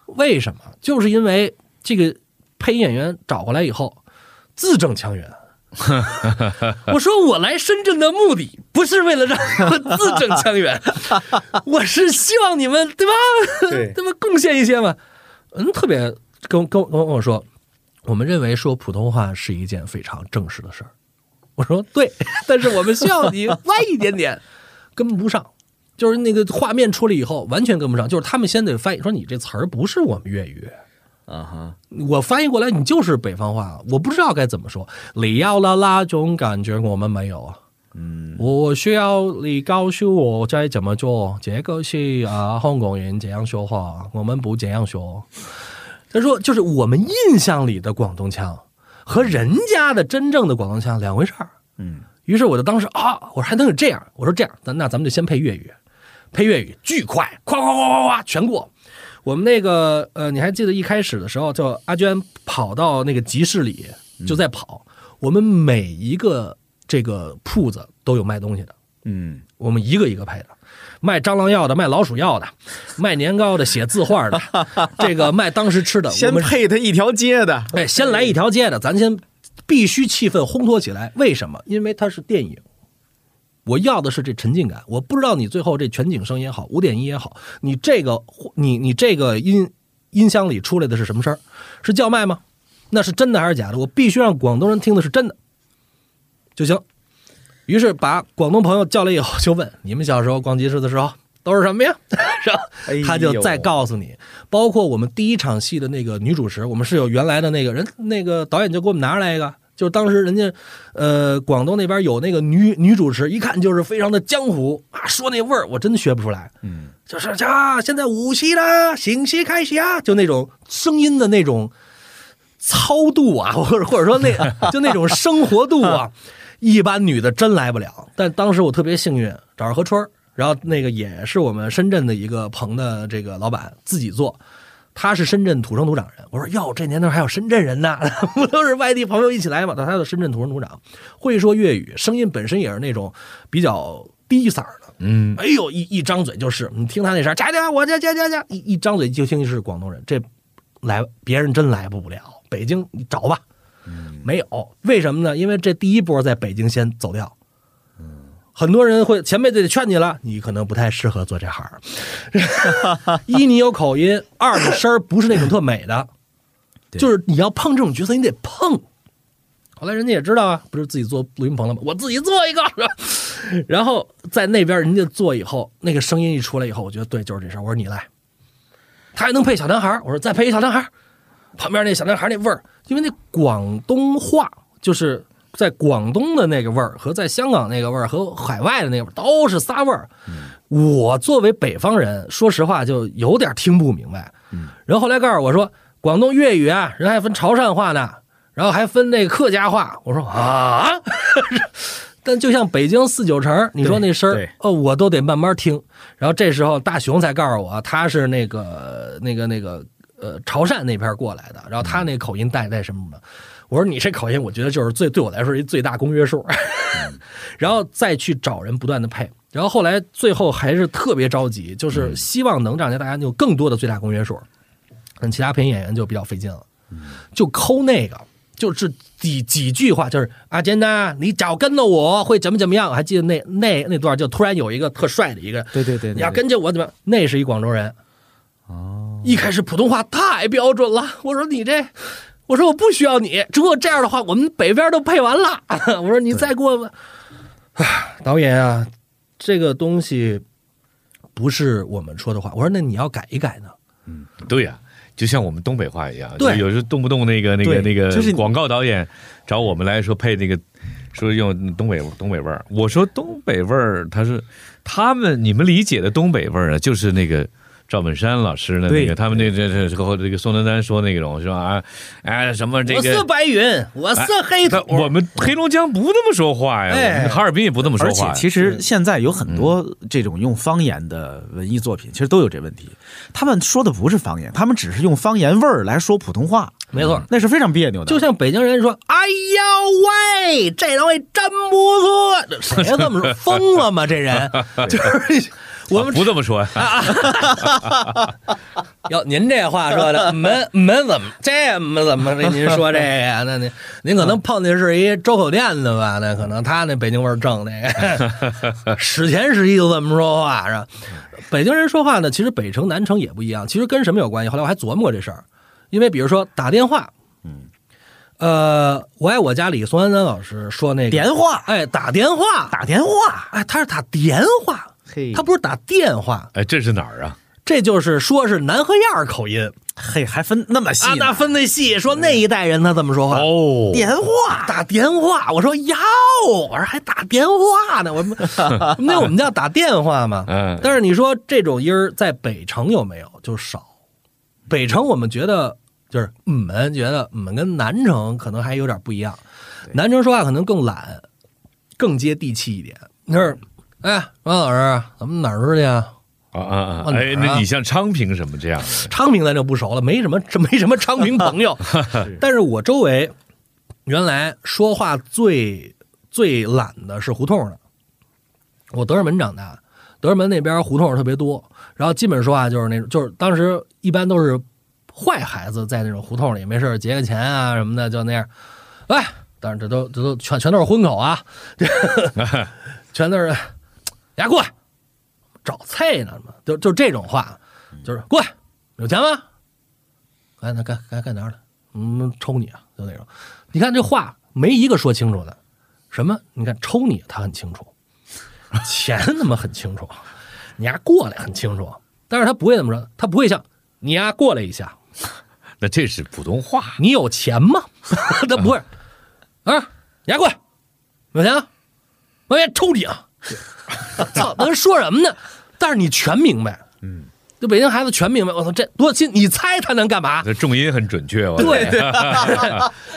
为什么？就是因为这个配音演员找过来以后，字正腔圆。我说我来深圳的目的不是为了让你们字正腔圆，我是希望你们对吧？对 他们贡献一些嘛。嗯，特别跟我跟我跟我说，我们认为说普通话是一件非常正式的事儿。我说对， 但是我们需要你歪一点点，跟不上。就是那个画面出来以后，完全跟不上。就是他们先得翻译说你这词儿不是我们粤语，啊哈，我翻译过来你就是北方话，我不知道该怎么说。你要啦啦这种感觉我们没有啊。嗯，我需要你告诉我该怎么做。这个是啊，香港人怎样说话，我们不怎样说。他说，就是我们印象里的广东腔和人家的真正的广东腔两回事儿。嗯，于是我就当时啊，我说还能有这样？我说这样，那那咱们就先配粤语，配粤语巨快，夸夸夸夸夸全过。我们那个呃，你还记得一开始的时候，就阿娟跑到那个集市里嗯就在跑，我们每一个这个铺子都有卖东西的，嗯，我们一个一个拍的，卖蟑螂药的，卖老鼠药的，卖年糕的，写 字画的，这个卖当时吃的，我先们配他一条街的，哎，先来一条街的，咱先必须气氛烘托起来。为什么？因为它是电影，我要的是这沉浸感。我不知道你最后这全景声也好，五点一也好，你这个你你这个音音箱里出来的是什么声儿？是叫卖吗？那是真的还是假的？我必须让广东人听的是真的就行。于是把广东朋友叫来以后，就问你们小时候逛集市的时候都是什么呀？ 然后哎呦他就再告诉你，包括我们第一场戏的那个女主持，我们是有原来的那个人，那个导演就给我们拿出来一个，就是当时人家，呃，广东那边有那个女女主持，一看就是非常的江湖啊，说那味儿我真学不出来，嗯，就是啊，现在五息啦，醒息开始啊，就那种声音的那种操度啊， 或者或者说那就那种生活度啊，一般女的真来不了。但当时我特别幸运，找着何春儿，然后那个也是我们深圳的一个棚的这个老板自己做。他是深圳土生土长人，我说哟，这年头还有深圳人呢， 不都是外地朋友一起来嘛？但他是深圳土生土长，会说粤语，声音本身也是那种比较低嗓儿的，嗯，哎呦，一一张嘴就是，你听他那声，加加我加加加加，一一张嘴就听是广东人，这来别人真来不了，北京你找吧，没有，为什么呢？因为这第一波在北京先走掉，很多人会前辈就得劝你了，你可能不太适合做这行儿，一你有口音，二你声儿不是那种特美的，就是你要碰这种角色，你得碰。后来人家也知道啊，不是自己做录音棚了吗？我自己做一个， 然后在那边人家做以后，那个声音一出来以后，我觉得对，就是这事儿。我说你来，他还能配小男孩儿我说再配一小男孩儿旁边那小男孩儿那味儿，因为那广东话就是在广东的那个味儿和在香港那个味儿和海外的那个味儿都是仨味儿。我作为北方人，说实话就有点听不明白。嗯然后后来告诉我说，广东粤语啊，人还分潮汕话呢，然后还分那个客家话。我说啊， 但就像北京四九城，你说那声对儿，哦，我都得慢慢听。然后这时候大熊才告诉我，他是那个那个那个呃潮汕那边过来的，然嗯后他那口音带带什么的。我说你这口音，我觉得就是最对我来说是一最大公约数。然后再去找人不断的配。然后后来最后还是特别着急，就是希望能让大家有更多的最大公约数。但其他配音演员就比较费劲了，就抠那个，就是几几句话，就是阿坚呐，你脚跟着我会怎么怎么样？我还记得那那那段，就突然有一个特帅的一个，对对对对你要跟着我怎么样？那是一广州人，哦，一开始普通话太标准了，我说你这。我说我不需要你，如果这样的话，我们北边都配完了。 我说你再给我，唉导演啊，这个东西不是我们说的话。我说那你要改一改呢？对呀、就像我们东北话一样，对有时候动不动那个那对个那个，就是你广告导演找我们来说配那个，说用东北东北味儿。我说东北味儿，他是他们你们理解的东北味儿啊，就是那个。赵本山老师的那对个，他们那这这和这个宋丹丹说那种是吧？啊，哎，什么这个哎我是白云，我是黑土但。我们黑龙江不这么说话呀，哎我们哈尔滨也不这么说而话且呀。其嗯实现在有很多这种用方言的文艺作品，其实都有这问题。他们说的不是方言，他们只是用方言味儿来说普通话，没错，那是非常别扭的。就像北京人说：“哎呦喂，这东西真不错。”谁这么说？疯了吗？这人就是我们不这么说呀， 哟，您这话说的， 门门怎么这么怎么着？您说这个呀？那您您可能碰的是一周口店的吧？那可能他那北京味儿正那 个，史前时期就这么说话是吧？北京人说话呢，其实北城南城也不一样，其实跟什么有关系？后来我还琢磨过这事儿，因为比如说打电话，嗯，呃，我爱我家里宋丹丹老师说那个电话，哎，打电话，打电话，哎，他是打电话，嘿他不是打电话，哎，这是哪儿啊？这就是说是南河沿儿口音。嘿，还分那么细啊，呢那分得细，说那一代人他怎么说话？哦，电话，打电话，我说哟，我说还打电话呢，我们 那我们叫打电话嘛。嗯但是你说这种音儿在北城有没有？就少。北城我们觉得就是我们觉得我们跟南城可能还有点不一样，南城说话可能更懒，更接地气一点。就是，嗯哎，王老师，咱们哪儿出去啊？啊啊啊！往哪儿哎，啊那你像昌平什么这样的？昌平咱就不熟了，没什么这没什么昌平朋友。但是我周围原来说话最最懒的是胡同的，我德胜门长大，德胜门那边胡同特别多，然后基本说话就是那种，就是当时一般都是坏孩子在那种胡同里没事儿劫个钱啊什么的，就那样。哎，当然这都这都全全都是荤口啊，全都是哎呀过来找菜呢嘛，就就这种话，就是过来有钱吗？该该该该哪儿了？嗯，抽你啊，就那种。你看这话没一个说清楚的，什么？你看抽你他很清楚，钱他妈很清楚，你丫过来很清楚，但是他不会怎么说，他不会像你丫过来一下，那这是普通话，你有钱吗？ 他不会，啊，你丫过来，有钱啊？我也抽你啊！ 操，他说什么呢？但是你全明白，嗯，就北京孩子全明白。我操，这多亲！你猜他能干嘛？这重音很准确，我对对，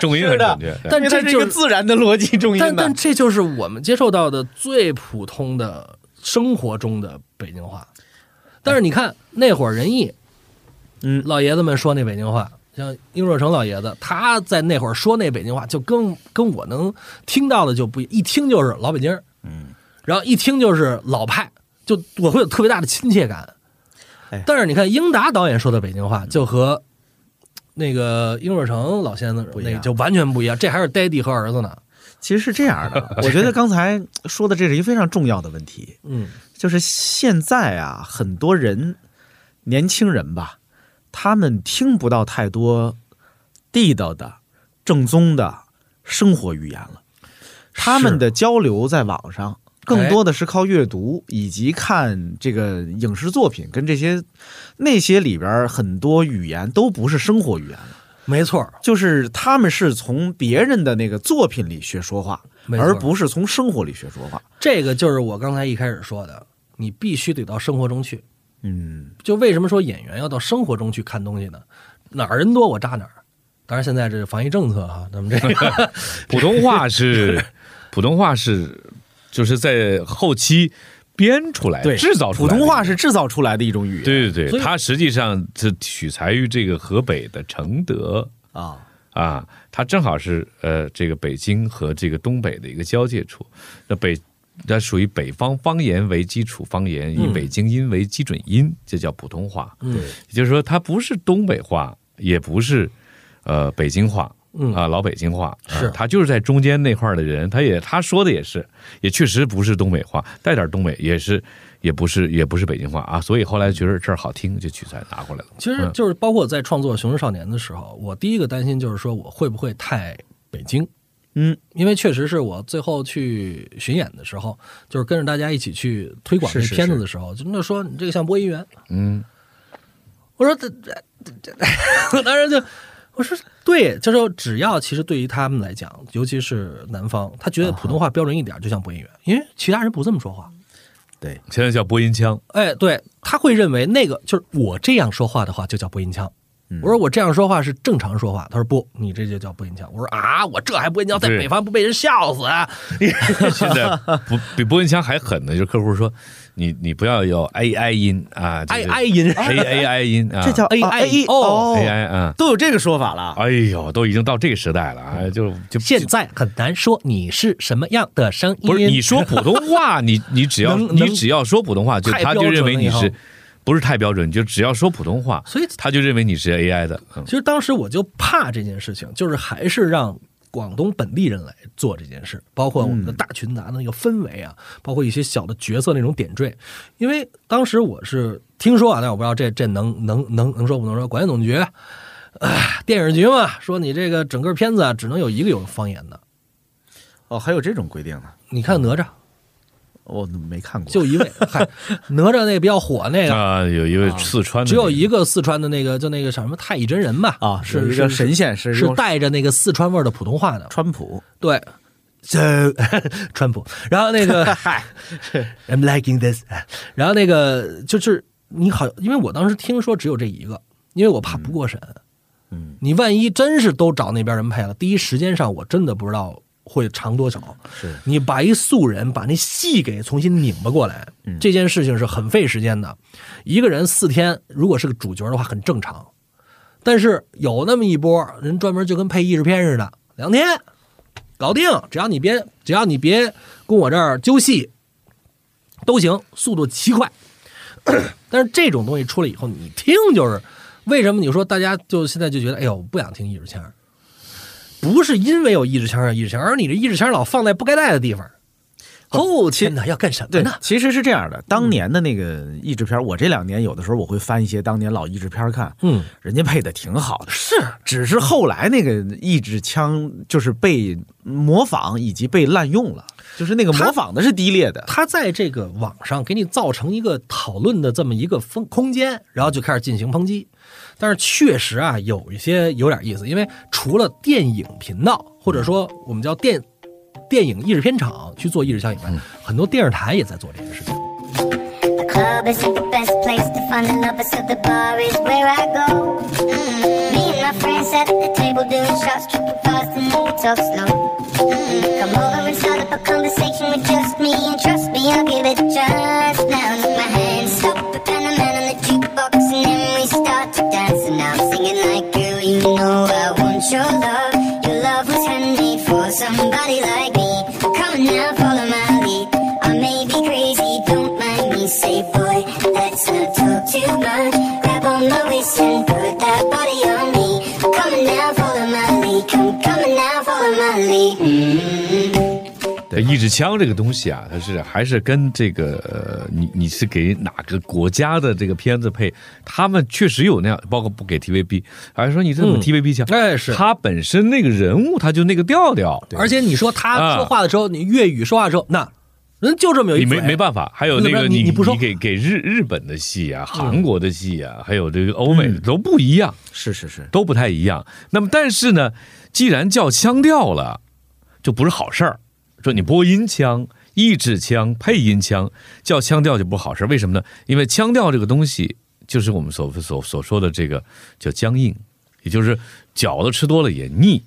重音很准确。对但因为它这是一就个自然的逻辑重但音但的。这就是我们接受到的最普通的生活中的北京话。但是你看那会儿仁义，嗯老爷子们说那北京话，像殷若成老爷子，他在那会儿说那北京话，就跟跟我能听到的就不一一听就是老北京，嗯，然后一听就是老派，就我会有特别大的亲切感哎。但是你看英达导演说的北京话，就和那个殷若成老先生一那样个就完全不一样，这还是爹地和儿子呢。其实是这样 的，我觉得刚才说的这是一个非常重要的问题。嗯，就是现在啊，很多人，年轻人吧，他们听不到太多地道的、正宗的生活语言了。他们的交流在网上，更多的是靠阅读以及看这个影视作品，跟这些那些里边儿很多语言都不是生活语言了，没错儿，就是他们是从别人的那个作品里学说话，没错而不是从生活里学说话。这个就是我刚才一开始说的，你必须得到生活中去。嗯，就为什么说演员要到生活中去看东西呢？哪儿人多我扎哪儿。当然，现在这防疫政策啊，咱们这个普通话是普通话是，就是在后期编出来、对，制造出普来的。通话是制造出来的一种语言。对对所对，以它实际上是取材于这个河北的承德啊。啊，它正好是呃这个北京和这个东北的一个交界处。那北它属于北方方言为基础方言，以嗯北京音为基准音，这叫普通话。嗯也就是说，它不是东北话，也不是呃北京话。嗯啊，老北京话是啊他就是在中间那块儿的人，他也他说的也是，也确实不是东北话，带点东北也是，也不是也不是北京话啊，所以后来觉得这儿好听，就取材拿过来了。其嗯实就是包括在创作《雄狮少年》的时候，我第一个担心就是说我会不会太北京。嗯，因为确实是我最后去巡演的时候，就是跟着大家一起去推广这是是片子的时候，就那说你这个像播音员，嗯，我说这这 这，当时就我说对，就是只要其实对于他们来讲，尤其是南方，他啊觉得普通话标准一点，就像播音员，因为其他人不这么说话。现在叫播音腔，哎，对，他会认为那个就是我这样说话的话就叫播音腔，嗯我说我这样说话是正常说话，他说不，你这就叫不音腔。我说啊，我这还不音腔，在对北方不被人笑死？啊 现在不比播音腔还狠呢，就是客户说你你不要有 a i 音啊哀哀音， a a 哎 i 音啊，这叫 A I A 哦 O a i 哦啊，都有这个说法了。哎呦，都已经到这个时代了，哎，就就现在很难说你是什么样的声音。不是你说普通话， 你你只要能你能只要说普通话，就太他就标认准为了你以后是不是太标准，你就只要说普通话，所以他就认为你是 AI 的。嗯其实当时我就怕这件事情，就是还是让广东本地人来做这件事，包括我们的大群杂的那个氛围啊，包括一些小的角色那种点缀。因为当时我是听说啊，但我不知道这这能能能能说不能说，广电总局。哎，电影局嘛，说你这个整个片子啊，只能有一个有方言的。哦，还有这种规定呢，你看哪吒我没看过。就一位，嗨，哪吒那比较火那个，啊，有一位四川的，只有一个四川的那个，就那个叫什么太乙真人吧？啊，有是一个是神仙是是用带着那个四川味儿的普通话的。川普，对，这 川普，然后那个 ，I'm liking this，然后那个就是你好，因为我当时听说只有这一个，因为我怕不过审，嗯，你万一真是都找那边人配了，第一时间上我真的不知道会长多少，是你把一素人把那戏给重新拧巴过来，这件事情是很费时间的，一个人四天，如果是个主角的话很正常。但是有那么一波人专门就跟配艺术片似的，两天搞定，只要你别只要你别跟我这儿揪戏，都行，速度奇快。 但是这种东西出来以后，你听就是为什么你说大家就现在就觉得，哎呦，不想听艺术腔儿，不是因为有艺术腔儿啊，艺术腔儿，而你这艺术腔儿老放在不该在的地方。后天呐，要干什么对呢？，其实是这样的，当年的那个译制片儿，我这两年有的时候我会翻一些当年老译制片儿看，嗯，人家配的挺好的，是，只是后来那个译制腔就是被模仿以及被滥用了，就是那个模仿的是低劣的，他在这个网上给你造成一个讨论的这么一个风空间，然后就开始进行抨击。但是确实啊，有一些有点意思，因为除了电影频道或者说我们叫电电影艺术片场去做艺术项以外，很多电视台也在做这件事情。 The club isn't the best place to find a lover, so the bar is where I go. Mm, Me and my friends at the table doing shots, tripping fast and we talk slow. Mm, Come over and start up a conversation with just me, and trust me, I'll give it just now. Take my hand, stop the pen, a man on the jukebox, and then we start to dance. And I'm singing like, girl, you know I want your love. Your love was handmade for somebody like me. Come on now, follow my lead. I may be crazy, don't mind me. Say, boy, let's not talk too much. Grab on my waist and put that body on me. Come on now, follow my lead. Come, come on now, follow my lead. 对意志腔这个东西啊，它是还是跟这个呃，你你是给哪个国家的这个片子配，他们确实有那样，包括不给 TVB，还说你这么嗯 TVB 腔，哎是哎他本身那个人物他就那个调调，而且你说他啊说话的时候，你粤语说话的时候，那人就这么有一你没嘴没办法。还有哎那那边个你你你不说嗯给给日日本的戏啊，韩国的戏啊，还有这个欧美的都不一样，是是是，都不太一样。那么但是呢，既然叫腔调了，就不是好事儿。说你播音腔、抑制腔、配音腔，叫腔调就不好事儿。为什么呢？因为腔调这个东西，就是我们所所所说的这个叫僵硬，也就是饺子吃多了也腻。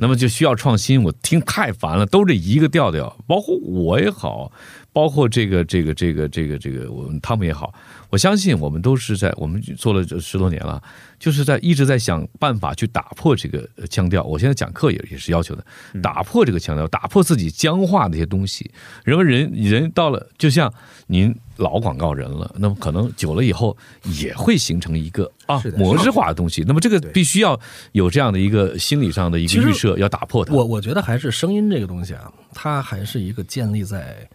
那么就需要创新，我听太烦了，都这一个调调，包括我也好，包括这个这个这个这个这个我们汤姆也好，我相信我们都是在我们做了这十多年了，就是在一直在想办法去打破这个呃腔调。我现在讲课也也是要求的，嗯打破这个腔调，打破自己僵化的一些东西。人们人人到了，就像您老广告人了，那么可能久了以后也会形成一个啊是的模式化的东西。那么这个必须要有这样的一个心理上的一其个实预设，要打破它。我我觉得还是声音这个东西啊，它还是一个建立在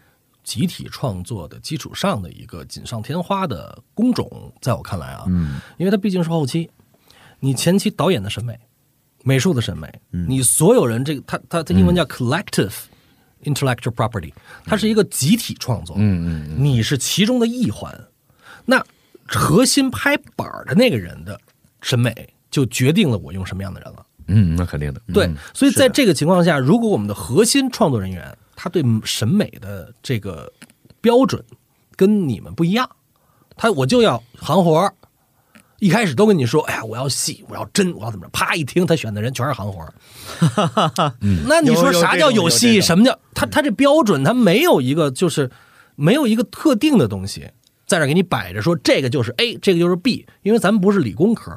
集体创作的基础上的一个锦上添花的工种，在我看来啊，嗯，因为它毕竟是后期，你前期导演的审美、美术的审美，你所有人这个，它它它英文叫 collective、intellectual property，它是一个集体创作，嗯嗯，你是其中的一环，那核心拍板儿的那个人的审美就决定了我用什么样的人了。嗯，那肯定的。对，所以在这个情况下，如果我们的核心创作人员他对审美的这个标准跟你们不一样，他我就要行活儿，一开始都跟你说，哎呀，我要戏，我要真，我要怎么着？啪一听，他选的人全是行活。那你说啥叫有戏？什么叫他他这标准？他没有一个就是没有一个特定的东西在这儿给你摆着，说这个就是 A，这个就是 B，因为咱们不是理工科，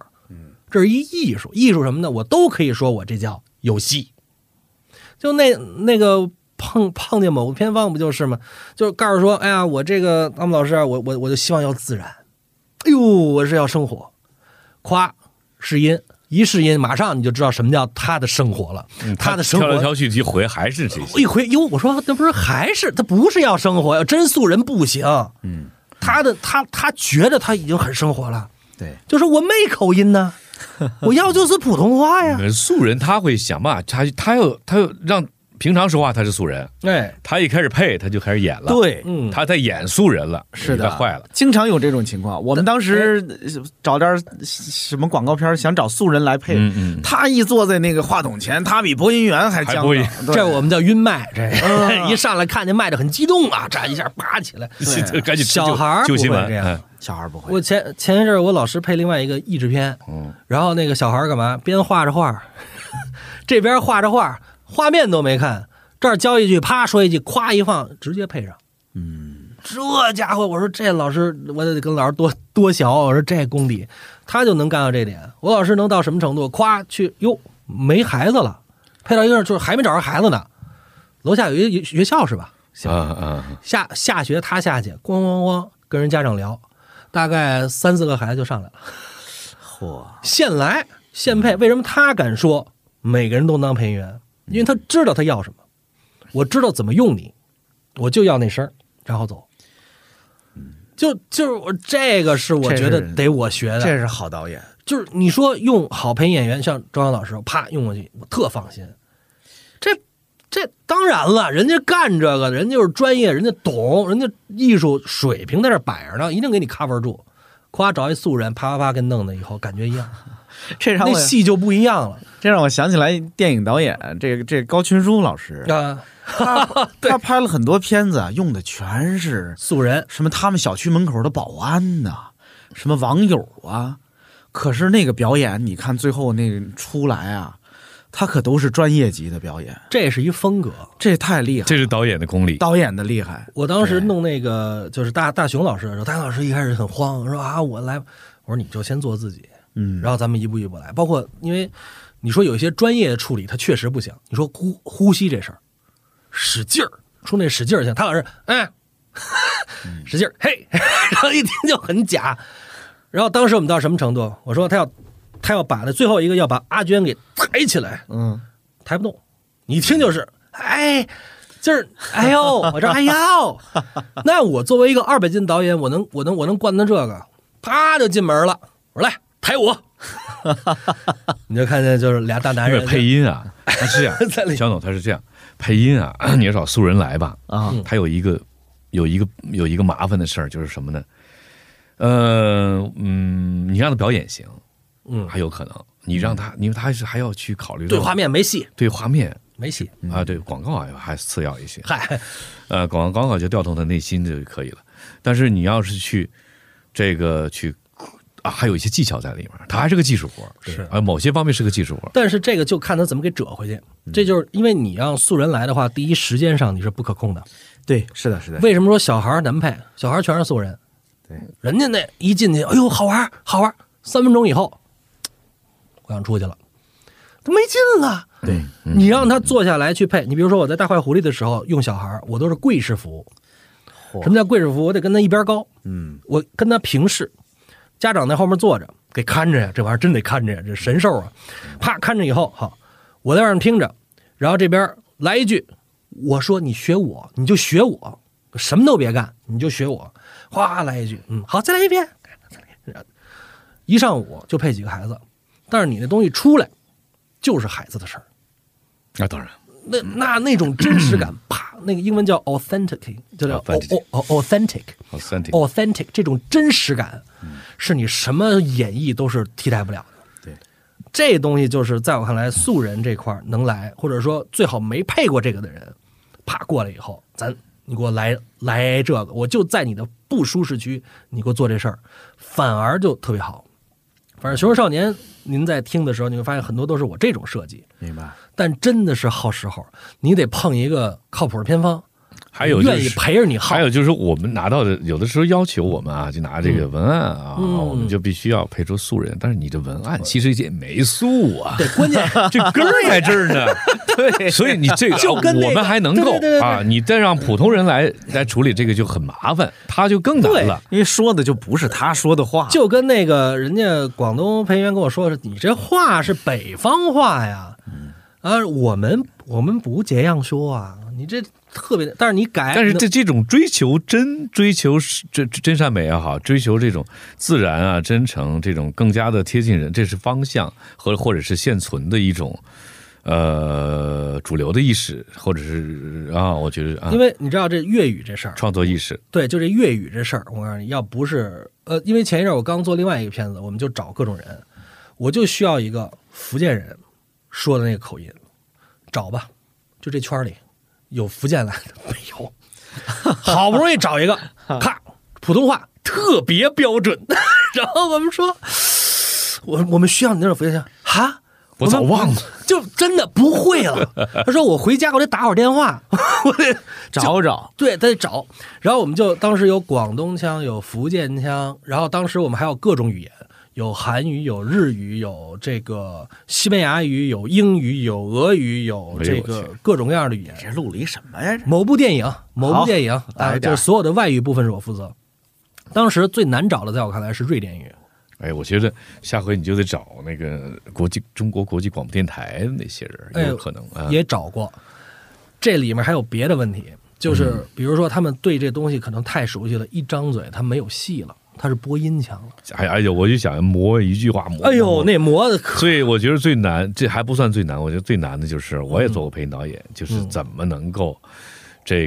这是一艺术，艺术什么呢？我都可以说我这叫有戏。就那那个碰碰见某个偏方不就是吗？就是告诉说，哎呀，我这个阿姆老师啊，我我我就希望要自然。哎呦，我是要生活，夸试音一试音，马上你就知道什么叫他的生活了。嗯的生嗯挑来活挑去，一回还是这我些。嗯一回哟，我说那不是还是他不是要生活，要真素人不行。嗯，他的他他觉得他已经很生活了，对，就是我没口 音呢，我要就是普通话呀。呃素人他会想嘛，他他要他要让平常说话他是素人，哎，他一开始配他就开始演了，，对，嗯，他在演素人了，是的，他坏了。经常有这种情况。我们当时呃找点儿什么广告片儿，想找素人来配，嗯嗯他一坐在那个话筒前，他比播音员还还僵播音硬。对这我们叫晕麦，这个 一上来看见麦就很激动啊，这一下拔起来。哎这赶紧 小就孩儿就不新会闻这样嗯小孩儿不会我前前一阵儿我老师配另外一个译制片，嗯，然后那个小孩儿干嘛？边画着画儿， 这边画着画儿，画面都没看，这儿教一句，啪说一句，夸一放，直接配上。嗯，这家伙，我说这老师，我得跟老师多多学。我说这功底，他就能干到这点。我老师能到什么程度？夸去哟，没孩子了，配到一个就是还没找着孩子呢。楼下有一学校是吧？啊啊，下下学他下去，咣咣咣跟人家长聊，大概三四个孩子就上来了。嚯！现来现配，为什么他敢说每个人都能当配音员？因为他知道他要什么，我知道怎么用你，我就要那声儿，然后走。就就是我这个是我嗯这觉得是得我学的，这是好导演。就是你说用好配音演员，像周扬老师，啪用过去，我特放心。这这当然了，人家干这个，人家就是专业，人家懂，人家艺术水平在这摆着呢，一定给你 cover 住。夸找一素人，啪啪啪给弄的，以后感觉一样，这让那我戏就不一样了这让我想起来电影导演这个这高群书老师，啊！他拍了很多片子啊，用的全是素人什么他们小区门口的保安呐、什么网友啊。可是那个表演，你看最后那个出来啊，他可都是专业级的表演，这是一风格。这太厉害了，这是导演的功力。导演的厉害。我当时弄那个就是大大熊老师的时候，大熊老师一开始很慌，说啊我来，我说你就先做自己，嗯，然后咱们一步一步来。包括因为你说有一些专业的处理，他确实不行。你说呼呼吸这事儿，使劲儿出那使劲儿去，他老是哎，使劲儿嘿， 然后一听就很假。然后当时我们到什么程度？我说他要他要把那最后一个要把阿娟给抬起来，嗯，抬不动，你一听就是哎。就是，哎呦， 我这哎呦，那我作为一个二百斤导演，我能我能我能惯到这个，啪就进门了。我说来抬我，你就看见就是俩大男因为人配音啊，他是这 在 里样，小董他是这样，配音啊， 你要找素人来吧，啊，他有一个有一个有一个麻烦的事儿，就是什么呢？呃，嗯，你让他表演行，嗯还有可能，你让他，因为他是还要去考虑对到画面没戏，对画面没戏。啊，对广告啊还次要一些，嗨，呃，广广告就调动他内心就可以了。但是你要是去这个去啊，还有一些技巧在里面，他还是个技术活儿，是啊，某些方面是个技术活儿。 但是这个就看他怎么给折回去。这就是因为你让素人来的话，第一时间上你是不可控的。对，是的，是的，为什么说小孩儿难配？小孩儿全是素人，对，人家那一进去，哎呦好玩儿好玩儿，三分钟以后，我想出去了，他没劲了。对，你让他坐下来去配，你比如说我在大坏狐狸的时候用小孩儿，我都是跪式服务。什么叫跪式服务？我得跟他一边高，嗯，我跟他平视，家长在后面坐着，给看着呀，这玩意儿真得看着呀，这神兽啊！啪，看着以后，好，我在外面听着，然后这边来一句，我说你学我，你就学我，什么都别干，你就学我，哗来一句，嗯，好，再来一遍，再来一遍一上午就配几个孩子，但是你那东西出来就是孩子的事儿，那当然，那那那种真实感，啪，那个英文叫 authentic，就叫 Authentic au- au- authentic。好三体 authentic 这种真实感，是你什么演绎都是替代不了的。对，这东西就是在我看来，素人这块儿能来，或者说最好没配过这个的人，啪过来以后，咱你给我来来这个，我就在你的不舒适区，你给我做这事儿，反而就特别好。反正《熊出没少年》，您在听的时候，你会发现很多都是我这种设计，明白？但真的是耗时候，你得碰一个靠谱的偏方，还有、就是、愿意陪着你耗还有就是我们拿到的，有的时候要求我们啊，就拿这嗯个文案啊，我们就必须要配出素人，但是你这文案其实也没素啊，对，关键 这根儿在这儿 呢，对，所以你这个、跟那个我们还能够对对对对啊，你再让普通人来来处理这个就很麻烦，他就更难了。因为说的就不是他说的话，就跟那个人家广东配音员跟我说的，你这话是北方话呀，嗯啊，我们我们不这样说啊，你这特别，但是你改，但是这这种追求真追求是真真善美也好，追求这种自然啊、真诚这种更加的贴近人，这是方向和或者是现存的一种呃主流的意识，或者是啊，我觉得啊，因为你知道这粤语这事儿，创作意识，对，就这粤语这事儿，我告诉你，要不是呃，因为前一阵儿我刚做另外一个片子，我们就找各种人，我就需要一个福建人说的那个口音，找吧，就这圈儿里有福建来的没有？好不容易找 一个，咔，普通话特别标准， 然后我们说，我我们需要你那种福建腔，哈。我早们忘了，就真的不会了。他说我回家我得打会儿电话， 我得找找，对，他得找。然后我们就当时有广东腔，有福建腔，然后当时我们还有各种语言，有韩语，有日语，有这个西班牙语，有英语，有俄语，有这哎呦我个去各种各样的语言。这录了一什么呀？某部电影，某部好电影来啊，一就点是所有的外语部分是我负责。当时最难找的，在我看来是瑞典语。哎，我觉得下回你就得找那个国际中国国际广播电台的那些哎人，有可能啊，也找过。这里面还有别的问题，就是比如说他们对这东西可能太熟悉了，一张嘴他没有戏了，他是播音腔了。哎哎呦，我就想磨一句话磨，哎呦，磨那磨的可所以我觉 得最难，这还不算最难，我觉得最难的就是我也做过配音导演，就是怎么能够这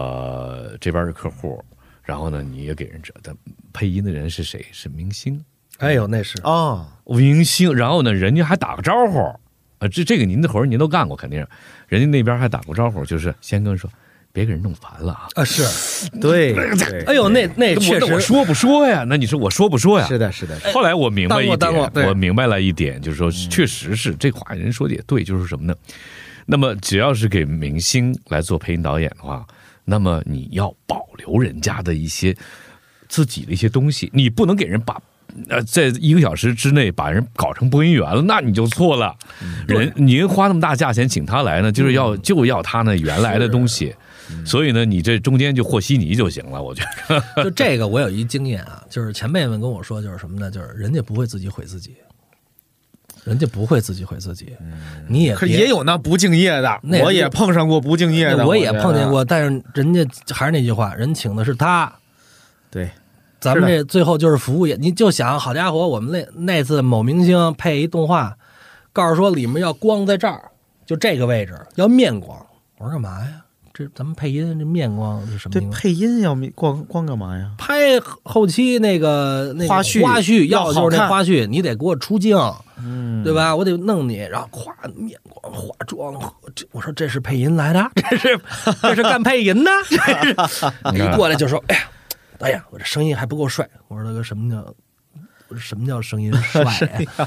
个这边的客户，然后呢你也给人这，但配音的人是谁？是明星，哎呦那是哦，明星，然后呢人家还打个招呼，啊，这这个您的活儿您都干过，肯定是，人家那边还打过招呼，就是先跟人说别给人弄烦了啊。啊是，对，哎呦那那那我确那我实说不说呀？那你说我说不说呀？是的，是的， 后来我明白一当过当点过，对嗯我明白了一点，就是说，确实是这话人说的也对，就是什么呢？那么只要是给明星来做配音导演的话，那么你要保留人家的一些自己的一些东西，你不能给人把。呃，在一个小时之内把人搞成播音员了，那你就错了。人您花那么大价钱请他来呢，就是嗯要就要他那原来的东西，所以呢，你这中间就和稀泥就行了，我觉得。就这个我有一经验啊，就是前辈们跟我说就是什么呢？就是人家不会自己毁自己，人家不会自己毁自己，你也可别也有那不敬业的，那我也碰上过不敬业的，我也觉得碰见。过，但是人家还是那句话，人请的是他，对，咱们这最后就是服务业，你就想，好家伙，我们那那次某明星配一动画，告诉说里面要光在这儿，就这个位置要面光。我说干嘛呀？这咱们配音这面光是什么这情况？配音要没光光干嘛呀？拍后期那个那个啊花絮花絮要要就是好那看嗯花絮，你得给我出镜，对吧？我得弄你，然后夸面光化妆，这我说这是配音来的， 这是这是干配音的， 这 是一过来就说，哎呀，导演，我这声音还不够帅。我说大哥，什么叫？我说什么叫声音帅 啊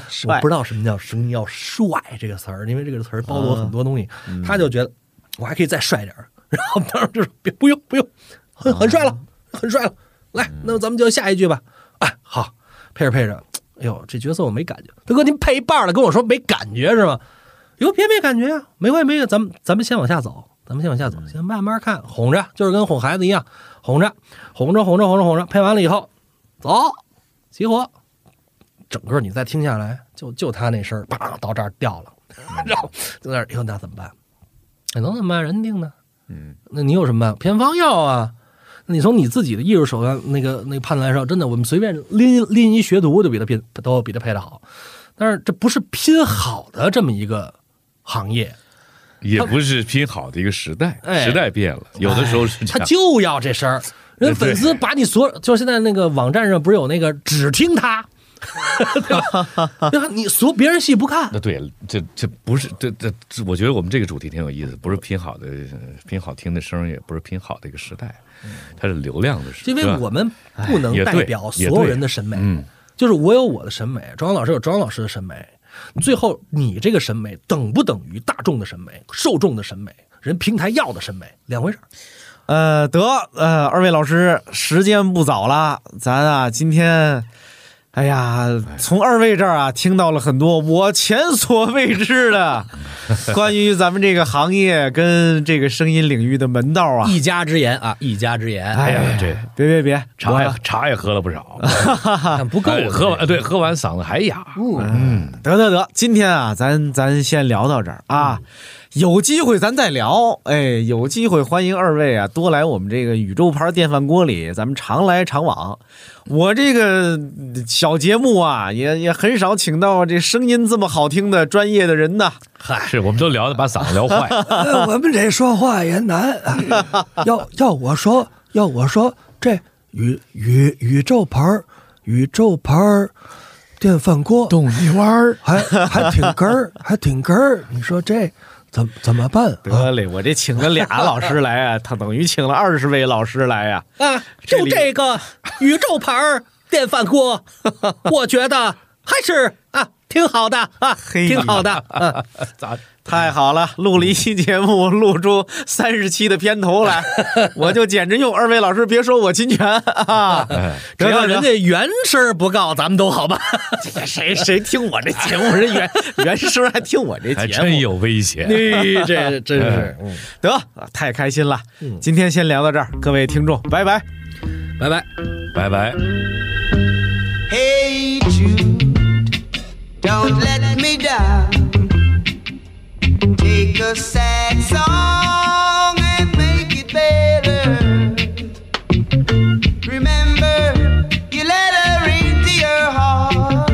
呀？我不知道什么叫声音要帅这个词儿，因为这个词儿包罗很多东西。他就觉得我还可以再帅点儿，然后当时就说别不用不用，很很帅了，很帅了。来，那咱们就下一句吧。哎，好，配着配着，哎呦，这角色我没感觉。大哥，您配一半了，跟我说没感觉是吗？有别没感觉啊，没关系没关系，咱们咱们先往下走，咱们先往下走，先慢慢看，哄着，就是跟哄孩子一样，哄着，哄着，哄着，哄着，哄着，配完了以后，走，起火，整个你再听下来，就就他那声儿，啪到这儿掉了， 然后就在那儿，哎呦，那怎么办？哎，能怎么办？人定的，嗯，那你有什么办法？偏方药啊。那你从你自己的艺术手段那个那个判断来说，真的，我们随便拎拎一学徒都比他拼都比他配的好，但是这不是拼好的这么一个行业，也不是拼好的一个时代， 哎时代变了，有的时候是这他样。就要这声儿。对人粉丝把你所有，就现在那个网站上不是有那个只听他，对吧？你所别人戏不看那，对，这这不是这这，这我觉得我们这个主题挺有意思，不是拼好的拼好听的声儿，也不是拼好的一个时代，它是流量的时代，嗯因为对吧哎我们不能也对代表所有人的审美嗯，就是我有我的审美，庄阳老师有庄阳老师的审美，最后你这个审美等不等于大众的审美、受众的审美、人平台要的审美，两回事儿。呃，得，呃，二位老师，时间不早了，咱啊今天，哎呀，从二位这儿啊听到了很多我前所未知 的关于咱们这个行业跟这个声音领域的门道啊。一家之言啊，一家之言，哎呀，这别别别，茶也我茶也喝了不 少，但啊不够哎我哦喝完对喝完嗓子还哑。嗯得得得，今天啊，咱咱先聊到这儿啊，有机会咱再聊。哎，有机会欢迎二位啊，多来我们这个宇宙牌电饭锅里，咱们常来常往。我这个小节目啊，也也很少请到这声音这么好听的专业的 人呐。是我们都聊的把嗓子聊 坏， 呃我们这说话也难。 要要我说，要我说，这宇宇宇宙牌儿，宇宙牌儿电饭锅，动一弯儿，还还挺哏儿，还挺哏儿。你说这怎怎么办？啊得嘞，我这请了俩老师来啊，他等于请了二十位老师来啊。啊，这就里这个宇宙牌儿电饭 锅，我觉得还是啊挺好的啊， 哎嘿挺好的。啊太好了，录了一期节目，录出三十期的片头来，我就简直用二位老师别说我侵权啊！只得要了人得家原声不告，咱们都 好办。谁谁听我这节目？人原 原声还听我这还节目真？有危 险。你这真哎是，嗯得，啊太开心了！今天先聊到这儿，各位听众，拜拜。拜拜。拜拜。 Hey Jude, don't let me down. Take a sad song and make it better. Remember, you let her into your heart,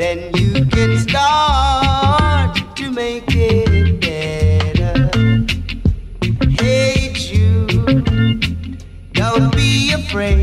then you can start to make it better. Hey Jude, don't be afraid.